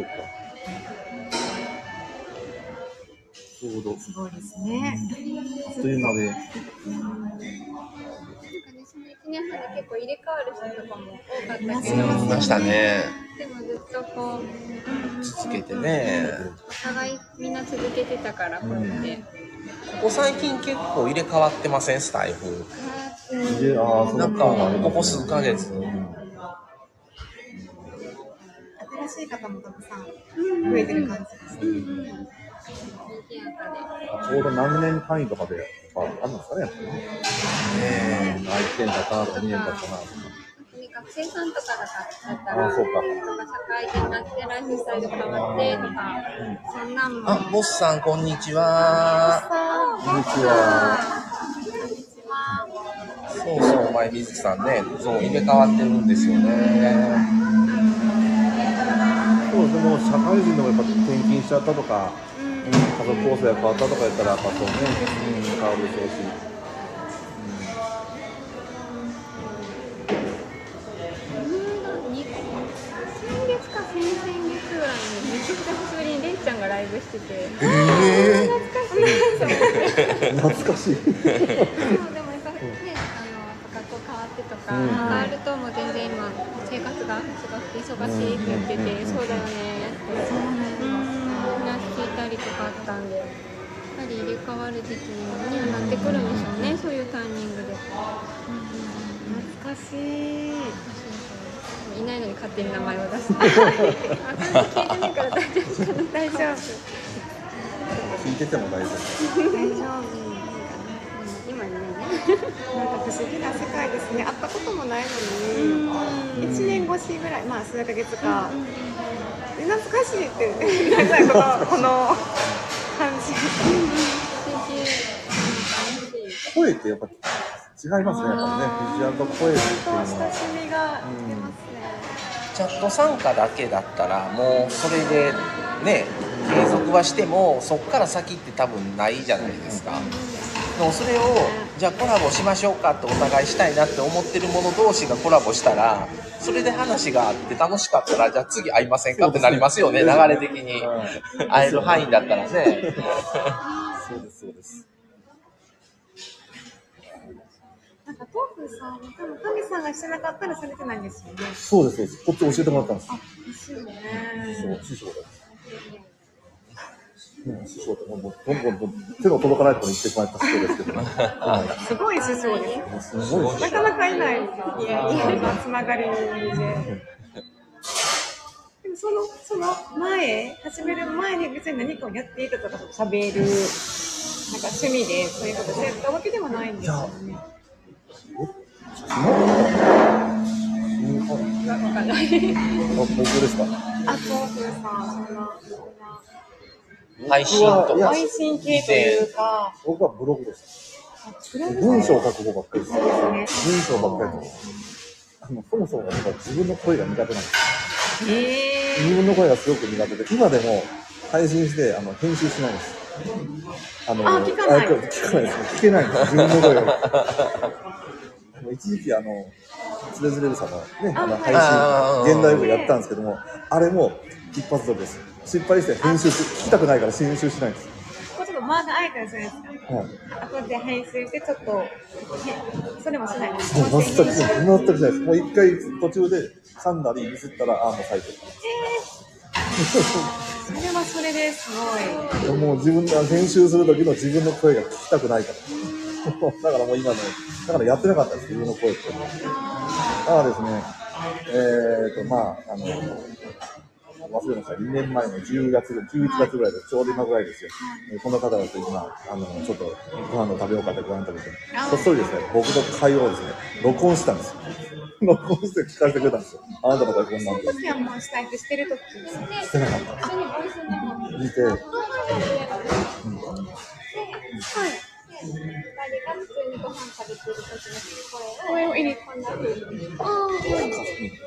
[SPEAKER 3] 憶が。ちょうど。
[SPEAKER 2] すごいですね。
[SPEAKER 3] あっという間で、
[SPEAKER 4] なんかね、その1年半で結構入れ替わる人とかも多かったり
[SPEAKER 1] う
[SPEAKER 2] う
[SPEAKER 1] ん、いましたね。
[SPEAKER 4] でもずっとこう、
[SPEAKER 1] 続けてね。
[SPEAKER 4] お互いみんな続けてたから、こうやって。
[SPEAKER 1] ここ最近結構入れ替わってません、スタイフ。
[SPEAKER 3] であーそ
[SPEAKER 1] な
[SPEAKER 3] の
[SPEAKER 1] んか、
[SPEAKER 3] 感はありますね
[SPEAKER 1] ここ数ヶ月。
[SPEAKER 2] 新しい方もたくさん増えてる感じですね。
[SPEAKER 4] 賑やかで。
[SPEAKER 3] ちょうど何年単位とかで、ああるんですかね、やっぱりね。
[SPEAKER 1] ね
[SPEAKER 3] 愛知県だったなとか、2年だったなとか。
[SPEAKER 4] ね学生さんとかだった
[SPEAKER 3] あ
[SPEAKER 4] ら、
[SPEAKER 3] あ、
[SPEAKER 4] と
[SPEAKER 3] そう
[SPEAKER 4] か
[SPEAKER 3] か。
[SPEAKER 4] 社会人になってライフスタイル変わってとか、そんなんも。
[SPEAKER 1] あ、ボスさん、こんにちは。
[SPEAKER 3] こんにちは。
[SPEAKER 1] そうそう、前水木さんね。そう、入れ替わってるんですよね。
[SPEAKER 3] そうですね、もう社会人でもやっぱ転勤しちゃったとか、うん、家族構成が変わったとか言ったら、やっぱそうね、うん、変わるでしょうし。
[SPEAKER 4] に先月か先々月ぐらいにめっちゃ久しぶりにれんちゃんがライブしてて
[SPEAKER 1] ええ
[SPEAKER 4] 懐かしい
[SPEAKER 3] 懐かしい。
[SPEAKER 4] そうでもやっぱね、あの学校変わってとか、
[SPEAKER 3] うん
[SPEAKER 4] 変わるともう全然今生活がすごく忙しいって言ってて、そうだよねって、うん、な聞いたりとかあったんで、やっぱり入れ替わる時期にはなってくるんでしょうね、そういうタイミングで。
[SPEAKER 2] 懐かしい。
[SPEAKER 4] いないのに勝手に名前を出す。あそれ聞いてないから大丈夫かな。
[SPEAKER 2] 大丈夫。
[SPEAKER 3] 聞いてても大丈夫。
[SPEAKER 2] 大丈
[SPEAKER 4] 今ね、
[SPEAKER 2] 夫。なんか不思議な世界ですね。会ったこともないのに、1年越しぐらい、まあ数ヶ月か。で懐かしいって、なんかこの、この感じ。
[SPEAKER 4] 私、なんかね、
[SPEAKER 3] 声ってやっぱ違いますね、やっぱりね。ビジュアルと声っていうの
[SPEAKER 2] 本当親
[SPEAKER 3] は。
[SPEAKER 2] しみが出ますね。
[SPEAKER 1] チャット参加だけだったらもうそれでね継続はしてもそっから先って多分ないじゃないですか、でもそれをじゃあコラボしましょうかってお互いしたいなって思ってる者同士がコラボしたらそれで話があって楽しかったらじゃあ次会いませんかってなりますよね流れ的に
[SPEAKER 3] はい
[SPEAKER 1] 会える範囲だったらね
[SPEAKER 3] そうです、そうです。
[SPEAKER 2] なんかトークさん、多分神さんがしてなかったらされてないんですよね。
[SPEAKER 3] そうです、そうです。こっち教えてもらったんです。
[SPEAKER 2] あ、ですよね。
[SPEAKER 3] そう、師匠です。うん、師匠ってどんどん、どんどんどん手の届かないところに行ってしまったそうですけどね。
[SPEAKER 2] すごい師匠ですよ。
[SPEAKER 3] もうすごいです
[SPEAKER 2] なかなかいないですね。いろんなつな がりで。でもその、その前、始める前に別に何かをやっていたとか、喋る、なんか趣味でそういうことしてたわけではないんですよね。
[SPEAKER 3] うんあ
[SPEAKER 2] なんかわかんない。
[SPEAKER 3] 僕ですか
[SPEAKER 2] あ、トークさん、そんな、そんな。
[SPEAKER 1] 配信と
[SPEAKER 3] いや
[SPEAKER 1] か
[SPEAKER 2] 配信系というか、
[SPEAKER 3] 僕はブログです。
[SPEAKER 2] あブログ
[SPEAKER 3] 文章を書く方ばっかりです。
[SPEAKER 2] ね。
[SPEAKER 3] 文章ばっかりです。あのそもそも僕は自分の声が苦手なんです。
[SPEAKER 2] え
[SPEAKER 3] 自分の声がすごく苦手で、今でも配信してあの編集しないんです。あの
[SPEAKER 2] あ聞かない
[SPEAKER 3] あ聞かないです。聞けないんです。自分の声を。 もう一時期あの、つれづれるさのね、あの
[SPEAKER 2] あ
[SPEAKER 3] 配
[SPEAKER 1] は
[SPEAKER 3] 信、
[SPEAKER 1] い
[SPEAKER 3] 現代語やったんですけども、あれも一発撮りです。失敗して編集し、聞きたくないから編集しないんです。
[SPEAKER 2] ー、こうちょっと間が空いたりするんですか
[SPEAKER 3] はい。
[SPEAKER 2] あとで編集してちょっと、ねそれもしないんです。
[SPEAKER 3] もう全く、
[SPEAKER 2] 編
[SPEAKER 3] 全くし
[SPEAKER 2] 集え
[SPEAKER 3] ないです。もう一回途中で噛んだりミスったら、ああ、もう最低。
[SPEAKER 2] ーそれはそれですごい。
[SPEAKER 3] もう自分が編集する時の自分の声が聞きたくないから。だからもう今ね、だからやってなかったです、自分の声って。だからですね、えっ、ー、と、まあ、あの、忘れました、2年前の10月、11月ぐらいで、ちょうど今ぐらいですよ。えーこの方々と今、あの、ちょっとご飯の食べようかってご飯食べて、こっそりですね、僕と会話をですね、録音したんですよ。録音して聞かせてくれたんですよ。あなたの声こんなんで
[SPEAKER 2] 私はもうしたいってしてる時
[SPEAKER 3] してなかった。
[SPEAKER 4] 普通にボイスメモ
[SPEAKER 3] 見て、
[SPEAKER 4] 二人が普通にご飯食べてる時の声
[SPEAKER 2] 声を入れ
[SPEAKER 4] こんな風に。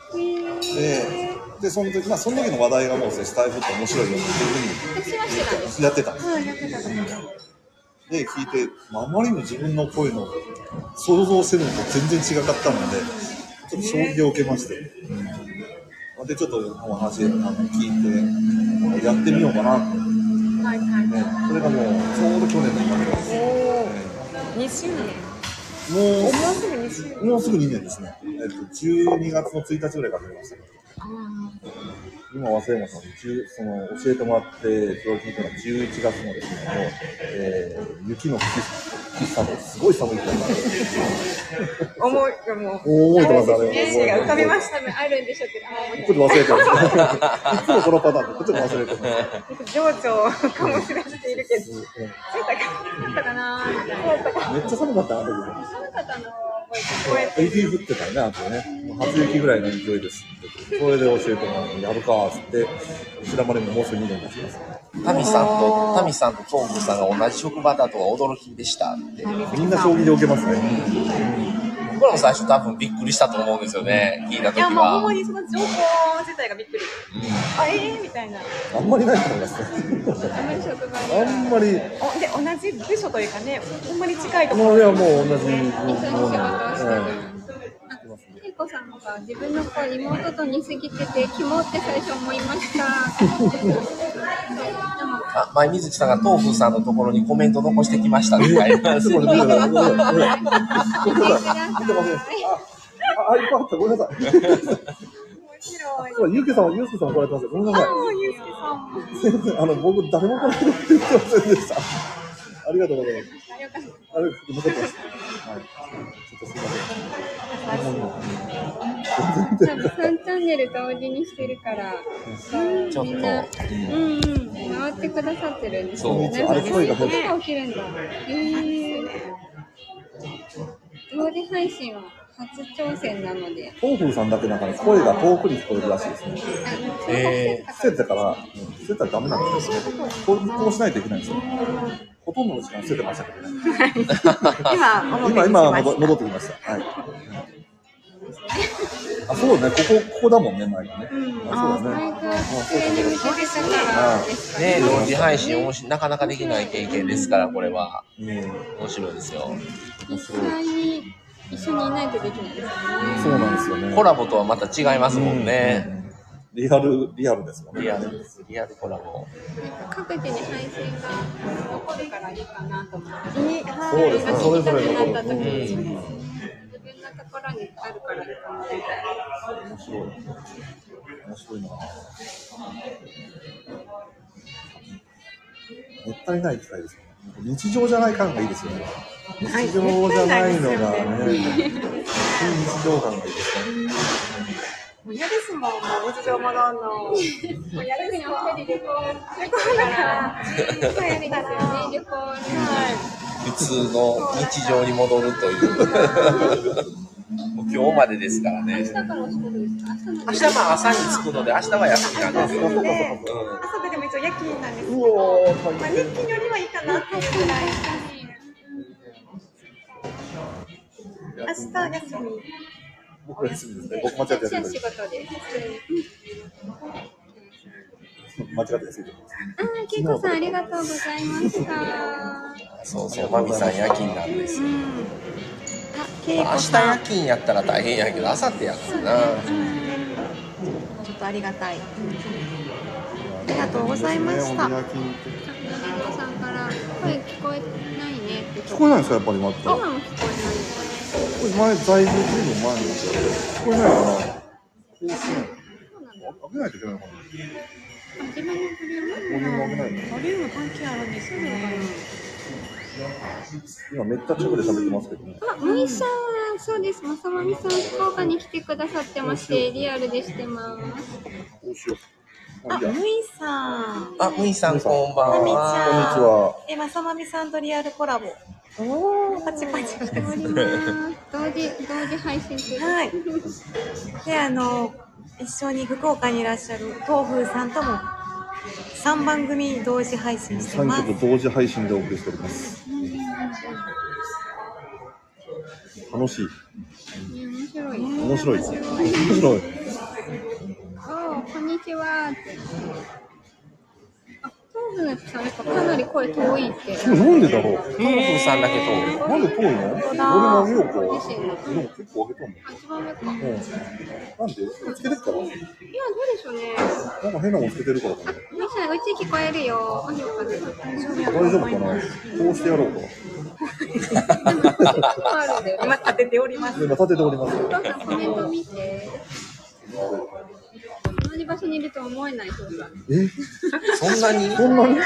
[SPEAKER 4] あ
[SPEAKER 3] で、で、その時、まあ、その時の話題がもうですね、スタイフって面白いよっていう
[SPEAKER 4] あ、私はしてたんです。
[SPEAKER 3] ふうにやってたんです。
[SPEAKER 2] うん、やってたと思う。
[SPEAKER 3] で、聞いて、まああまりにも自分の声の想像してるのと全然違かったので、ちょっと衝撃を受けまして。で、ちょっとお話あの聞いて、やってみようかなって、ね。
[SPEAKER 2] はいはい。
[SPEAKER 3] それがもう、ちょうど去年の今頃です。
[SPEAKER 2] おー、2周年。
[SPEAKER 3] も
[SPEAKER 2] もうすぐ2周年
[SPEAKER 3] う、。もうすぐ2年ですね。えっと、12月の1日ぐらいからやりました。
[SPEAKER 2] あー
[SPEAKER 3] 今忘れました10その教えてもらって、それを聞いたのは11月のですね、もうえー、雪の吹きさもすごい寒い日だったんです。
[SPEAKER 2] 重い、でもう。
[SPEAKER 3] おー覚えてます、あれ。
[SPEAKER 2] ね、が浮かびまし
[SPEAKER 4] 多分あるんでしょうけど、あ
[SPEAKER 3] ちょっと忘れてます。いつもこのパターンで、ちょっと忘れてま
[SPEAKER 2] た。情緒かもしれているけど。そう
[SPEAKER 3] す。うん
[SPEAKER 2] だったかなそうだったかなみたいな。
[SPEAKER 3] めっちゃ寒かった、あの
[SPEAKER 2] 寒かったの
[SPEAKER 3] 時。雪降ってたよね、あとね。もう初雪ぐらいの勢いです。それで教えてもらって、やるかーっつって、白丸ももうすぐ2年経ちます。
[SPEAKER 1] タミさんとタミさんとトークさんが同じ職場だとは驚きでしたって
[SPEAKER 3] みんな衝撃で受けますね。
[SPEAKER 1] 僕らも最初多分びっくりしたと思うんですよね聞いた
[SPEAKER 2] い
[SPEAKER 1] 時
[SPEAKER 2] や、もうほんま
[SPEAKER 1] は
[SPEAKER 2] にその情報自体がびっくり。あ、ええー、みたいな。
[SPEAKER 3] あんまりないと思いますね。
[SPEAKER 2] あんまり職場
[SPEAKER 3] あんまり。
[SPEAKER 2] おで同じ部署というかね、ほんまに近いところ。
[SPEAKER 3] もういやもう同じ
[SPEAKER 4] 一緒に仕事をしてる。
[SPEAKER 3] ますね
[SPEAKER 4] 恵子さんが自分の子妹と似すぎてて、キモって最初思いました。でも、
[SPEAKER 1] あ前水木さんがトークさんのところにコメント残してきましたみたいな
[SPEAKER 3] ちょっと 待ってください。ごめんなさい。ごめんなさい。見てませんああ、iPad ごめんなさい。
[SPEAKER 2] 面白い。
[SPEAKER 3] 今ゆうけさんはゆうすけさん怒られてますよ。ごめんなさい。
[SPEAKER 2] あ、ゆうすけさんも。
[SPEAKER 3] すいません。あの僕誰もこのこと言ってませんでした。ありがとうございます。あれ残ってます。はい。ちょっとすいま
[SPEAKER 4] 多分3チャンネル同時にしてるから、
[SPEAKER 1] ちょっと、うん
[SPEAKER 4] うんうん、回ってくださってるんです
[SPEAKER 1] そう
[SPEAKER 4] ね。
[SPEAKER 3] あれ声が
[SPEAKER 4] そういうことが起きるんだ。へえー。同時配信は初挑戦なので。
[SPEAKER 3] 東風さんだけなんかね、声が遠くに聞こえるらしいですね。
[SPEAKER 1] えー
[SPEAKER 3] 伏せてたから、うん伏せたらダメなんですよ。こうこうしないといけないんですよ。ほとんどの時間伏せてましたけどね。
[SPEAKER 2] 今、表に
[SPEAKER 3] 今、
[SPEAKER 2] し
[SPEAKER 3] 今
[SPEAKER 2] ま
[SPEAKER 3] 戻、
[SPEAKER 2] した
[SPEAKER 3] 戻ってきました。はい。あ、そうね、ここ、ここだもんね、前がね。あ、そうだね。
[SPEAKER 4] 割と普通に向けてたからですか
[SPEAKER 1] ね
[SPEAKER 4] ね。
[SPEAKER 1] 同時配信面白いなかなかできない経験ですからこれは
[SPEAKER 3] うん
[SPEAKER 1] 面白いですよ
[SPEAKER 4] 実際に一緒にいないとできないですよね。
[SPEAKER 3] そうなんですよね。
[SPEAKER 1] コラボとはまた違いますもんね、
[SPEAKER 3] うん。リアル、リアルですもんね。
[SPEAKER 1] リアルですリアルコラボ
[SPEAKER 4] なんか各自に配信が残るからいいかなと思って。
[SPEAKER 2] いいはい
[SPEAKER 3] そうですね、それぞれの。
[SPEAKER 4] なった時に
[SPEAKER 1] うん
[SPEAKER 4] 自分のところにあるからいいかなみたい
[SPEAKER 3] 面白い。面白いな。もったいない機会ですね。日常じゃない感がいいですよね。
[SPEAKER 2] はい
[SPEAKER 3] 日常じゃないのが
[SPEAKER 2] もったいな
[SPEAKER 3] ね、非日常感がいいですね。
[SPEAKER 2] もう嫌ですもん、もう日常戻んの。
[SPEAKER 4] な。やるにも一人旅行旅行だから、そうやりたくね、旅行
[SPEAKER 1] 普通の日常に戻ると いうもう今日までですからね
[SPEAKER 4] 明日からお仕事で
[SPEAKER 1] 明
[SPEAKER 4] すか明日の
[SPEAKER 1] 日は朝に着くので明日は休みなんですよ、うん、
[SPEAKER 2] で、朝でも一応夜勤なんですけど、まあ、日勤よりはいいかなっていうぐらい。明日休み。
[SPEAKER 3] 僕は休みですね。僕間違って
[SPEAKER 4] 私
[SPEAKER 3] やっ
[SPEAKER 4] は
[SPEAKER 3] て
[SPEAKER 4] 仕
[SPEAKER 3] る。
[SPEAKER 4] 事で普通に。
[SPEAKER 3] 間違ってやってる。
[SPEAKER 4] あー、けいこさんありがとうございました。あ、
[SPEAKER 1] そうそうマミさん夜勤なんですよ
[SPEAKER 4] けい
[SPEAKER 1] 明
[SPEAKER 4] こ
[SPEAKER 1] 日
[SPEAKER 4] さ
[SPEAKER 1] 夜
[SPEAKER 4] ん。
[SPEAKER 1] 勤やったら大変やけど明後日やからな
[SPEAKER 2] ちょっとありがたい。ありがとうございまし
[SPEAKER 3] 本
[SPEAKER 2] た
[SPEAKER 3] 当に夜勤って
[SPEAKER 4] けいこさんから声聞こえないねって。
[SPEAKER 3] 聞こえないんですか、やっぱり全
[SPEAKER 4] 今も
[SPEAKER 3] く。
[SPEAKER 4] 聞こえない。
[SPEAKER 3] これ前、在住ずいぶん前にしたけど聞こえないかな。こうしない。
[SPEAKER 4] そうなんだ。
[SPEAKER 3] 開けないといけないのかな。
[SPEAKER 4] 自分の振り
[SPEAKER 3] ボ
[SPEAKER 4] も。
[SPEAKER 3] リューム上げないの。
[SPEAKER 2] ボリューム関係あるんですよね。
[SPEAKER 3] 今めっちゃ直で喋ってますけどね。
[SPEAKER 4] あ、むいさん、そうです。まさまみさん、福岡に来てくださってまして、リアルでしてます。
[SPEAKER 3] こうしよう。
[SPEAKER 2] あ、
[SPEAKER 3] あ、いいや。こんに
[SPEAKER 2] むいさん。
[SPEAKER 1] あむいさんこんば
[SPEAKER 2] こん
[SPEAKER 1] ん
[SPEAKER 2] にち
[SPEAKER 1] は
[SPEAKER 3] ちは。
[SPEAKER 2] え、まさまみさんとリアルコラボ。おお、パチパチです。
[SPEAKER 4] おります。同時、同時配信中。
[SPEAKER 2] はい。で、あの、一緒に福岡にいらっしゃる東風さんとも。三番組同時配信して
[SPEAKER 3] 三
[SPEAKER 2] ます。
[SPEAKER 3] 曲同時配信でお送りしております。楽しい。
[SPEAKER 4] 面白い。
[SPEAKER 3] 面白い。面白い。
[SPEAKER 4] あー、こんにちは。あ、トーフさん、やっぱかなり声遠いって。
[SPEAKER 3] これなんでだろう。
[SPEAKER 1] トムフさんだけど
[SPEAKER 3] なんで遠いの？俺もあげようか。でも結構あげたもん。
[SPEAKER 4] あ、一番上か。いや、ど
[SPEAKER 3] うん。なんで？つけてきたの？な
[SPEAKER 4] うでしょうね。
[SPEAKER 3] んか変なもんつけてるからかな。
[SPEAKER 4] むいさん、うち聞こえるよ。あ、よかった。
[SPEAKER 3] 大丈夫かな？こうしてやろうか。
[SPEAKER 4] あるんだよね。
[SPEAKER 2] 今立てております。
[SPEAKER 3] 今立てております。
[SPEAKER 4] なんかコメント見て。同じ場所にいるとは思えないそ うだ。
[SPEAKER 3] え？
[SPEAKER 1] そんなに
[SPEAKER 3] こんなに？
[SPEAKER 2] わ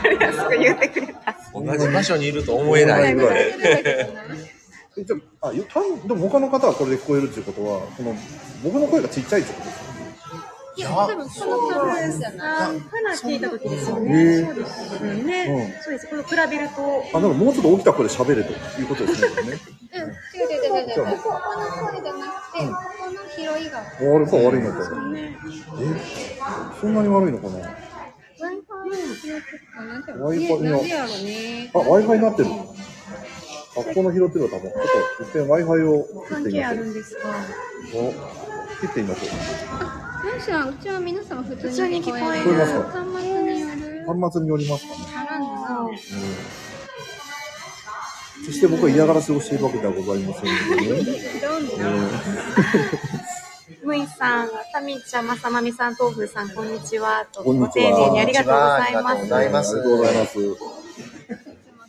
[SPEAKER 2] かりやすく言ってくれた。
[SPEAKER 1] 同じ場所にいると思えないぐらい
[SPEAKER 3] えじゃああ、よ多分でも他の方はこれで聞こえるっていうことは、この僕の声がちっちゃいってことですか。
[SPEAKER 4] いや、多分その感じじゃない。
[SPEAKER 2] あ、花聞いた時ですよ
[SPEAKER 3] へー
[SPEAKER 2] ね。そうですよね。そうです。これを比べると。
[SPEAKER 3] あ、でももうちょっと大きな声で喋れということですね。
[SPEAKER 4] うん、違う違う違う違う。ここの声じゃなくて、ここの拾いが。
[SPEAKER 3] 悪さ悪いのか。
[SPEAKER 2] ね
[SPEAKER 3] え、そんなに悪いのかな。
[SPEAKER 4] Wi-Fi の拾ってかなで
[SPEAKER 3] Wi-Fi の
[SPEAKER 4] なんでやろうね。
[SPEAKER 3] あ、Wi-Fi になってる。あ、この拾ってるわ多分。ちょっと一遍 Wi-Fi を切っ
[SPEAKER 2] 関
[SPEAKER 3] てみま
[SPEAKER 2] 係あ
[SPEAKER 3] しょ
[SPEAKER 2] る
[SPEAKER 3] う。
[SPEAKER 2] んですか。
[SPEAKER 3] お切ってみましょう。
[SPEAKER 4] むいさん、うちは 皆様普通に聞こえ
[SPEAKER 2] 普通
[SPEAKER 4] る。
[SPEAKER 3] こえる
[SPEAKER 2] に聞
[SPEAKER 4] 端末による。
[SPEAKER 3] 端末によりますかね。
[SPEAKER 4] あらんな。
[SPEAKER 3] うん。そして僕は嫌がらせをしているわけではございませんのでね。
[SPEAKER 4] どん
[SPEAKER 3] え
[SPEAKER 4] な。
[SPEAKER 2] むいさん、たみちゃん、まさまみさん、とうふうさん、こんにちは。と
[SPEAKER 3] こん
[SPEAKER 2] ご
[SPEAKER 3] にち
[SPEAKER 2] 丁
[SPEAKER 3] は
[SPEAKER 2] 寧にありがとうござい
[SPEAKER 1] こん
[SPEAKER 2] ま
[SPEAKER 1] に
[SPEAKER 2] す
[SPEAKER 1] ち。はありがと
[SPEAKER 3] あり
[SPEAKER 1] うございます
[SPEAKER 3] がとうございます。
[SPEAKER 4] いつも丁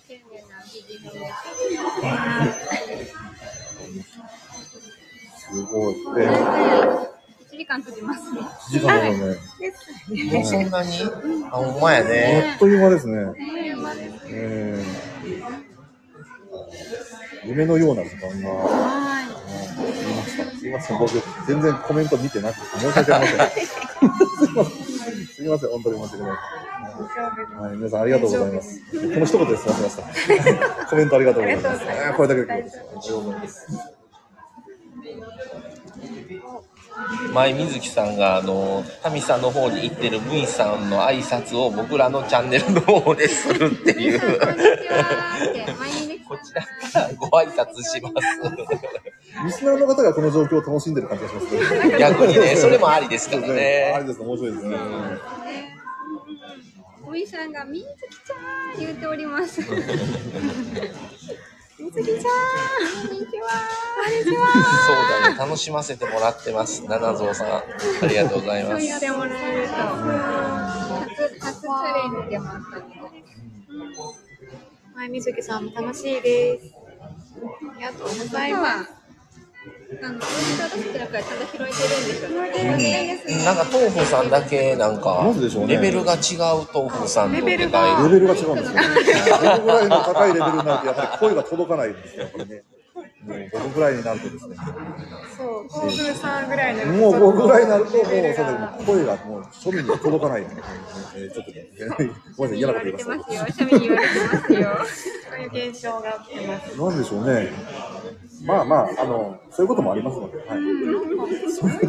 [SPEAKER 4] 寧な記事の
[SPEAKER 3] すごい。え、
[SPEAKER 4] 1時間経ちますね。
[SPEAKER 3] 1時間だね。
[SPEAKER 1] えそんなにあほんまやね
[SPEAKER 3] あっという間ですね。
[SPEAKER 4] は
[SPEAKER 3] えー夢のような時間が、
[SPEAKER 4] い。
[SPEAKER 3] すいません。すいません。僕、全然コメント見てなくて、申し訳ありません。 すいません。本当に申し訳ない。はい、皆さんありがとうございます。この 一言で済ませました。コメントありがとうございます。あーこれだけで結構です。ありがとうございます。
[SPEAKER 1] 前水木さんがあのタミさんの方に行ってる V さんの挨拶を僕らのチャンネルの方でするってい
[SPEAKER 4] 皆さん、こん
[SPEAKER 1] う
[SPEAKER 4] にちはって、前にできた
[SPEAKER 1] こちらからご挨拶します
[SPEAKER 3] リスナーの方がこの状況を楽しんでる感じがしますね。
[SPEAKER 1] 逆にねそれもありですから
[SPEAKER 3] そうですねあ
[SPEAKER 1] ね
[SPEAKER 3] れですね、面白いですね。
[SPEAKER 4] ねうんうんおみさんがみんずきちゃん言うております。みんずきちゃん、こんにちは。
[SPEAKER 1] そうだね楽しませてもらってます七蔵さんありがとうござい
[SPEAKER 4] そ
[SPEAKER 1] ま
[SPEAKER 4] う言っ
[SPEAKER 1] す
[SPEAKER 4] てもらえると、初初連れに出ましたね。
[SPEAKER 2] 前水木さんも楽しいです。ありがとうござい
[SPEAKER 4] 今
[SPEAKER 2] ま
[SPEAKER 4] は
[SPEAKER 2] す。
[SPEAKER 4] あの、私と私たちだからちゃんと拾えてるんですよね。
[SPEAKER 1] うんなんか豆腐さんだけなんか
[SPEAKER 3] なぜでしょうね
[SPEAKER 1] レベルが違う豆腐さんの
[SPEAKER 2] レベル
[SPEAKER 1] でかい
[SPEAKER 2] が
[SPEAKER 3] レベルが違うんですよ。どのぐらいの高いレベルになると、やっぱり声が届かないんですよ、やっぱりね。もう僕ぐらいになるとですね。
[SPEAKER 2] そう、コーグさんぐらいの。
[SPEAKER 3] もう僕ぐらいになると、もうそ
[SPEAKER 2] レベ
[SPEAKER 3] れ
[SPEAKER 2] ルが
[SPEAKER 3] 声がもう庶民に届かないんで、えーちょっとね、ごめんなさい、嫌なこと言いま
[SPEAKER 4] て
[SPEAKER 3] した
[SPEAKER 4] ま。すよ。庶民に言われてますよ。
[SPEAKER 2] そういう現象が起きてます。
[SPEAKER 3] なんでしょうね。まあまあ、あの、そういうこともありますので、はい。そういうこと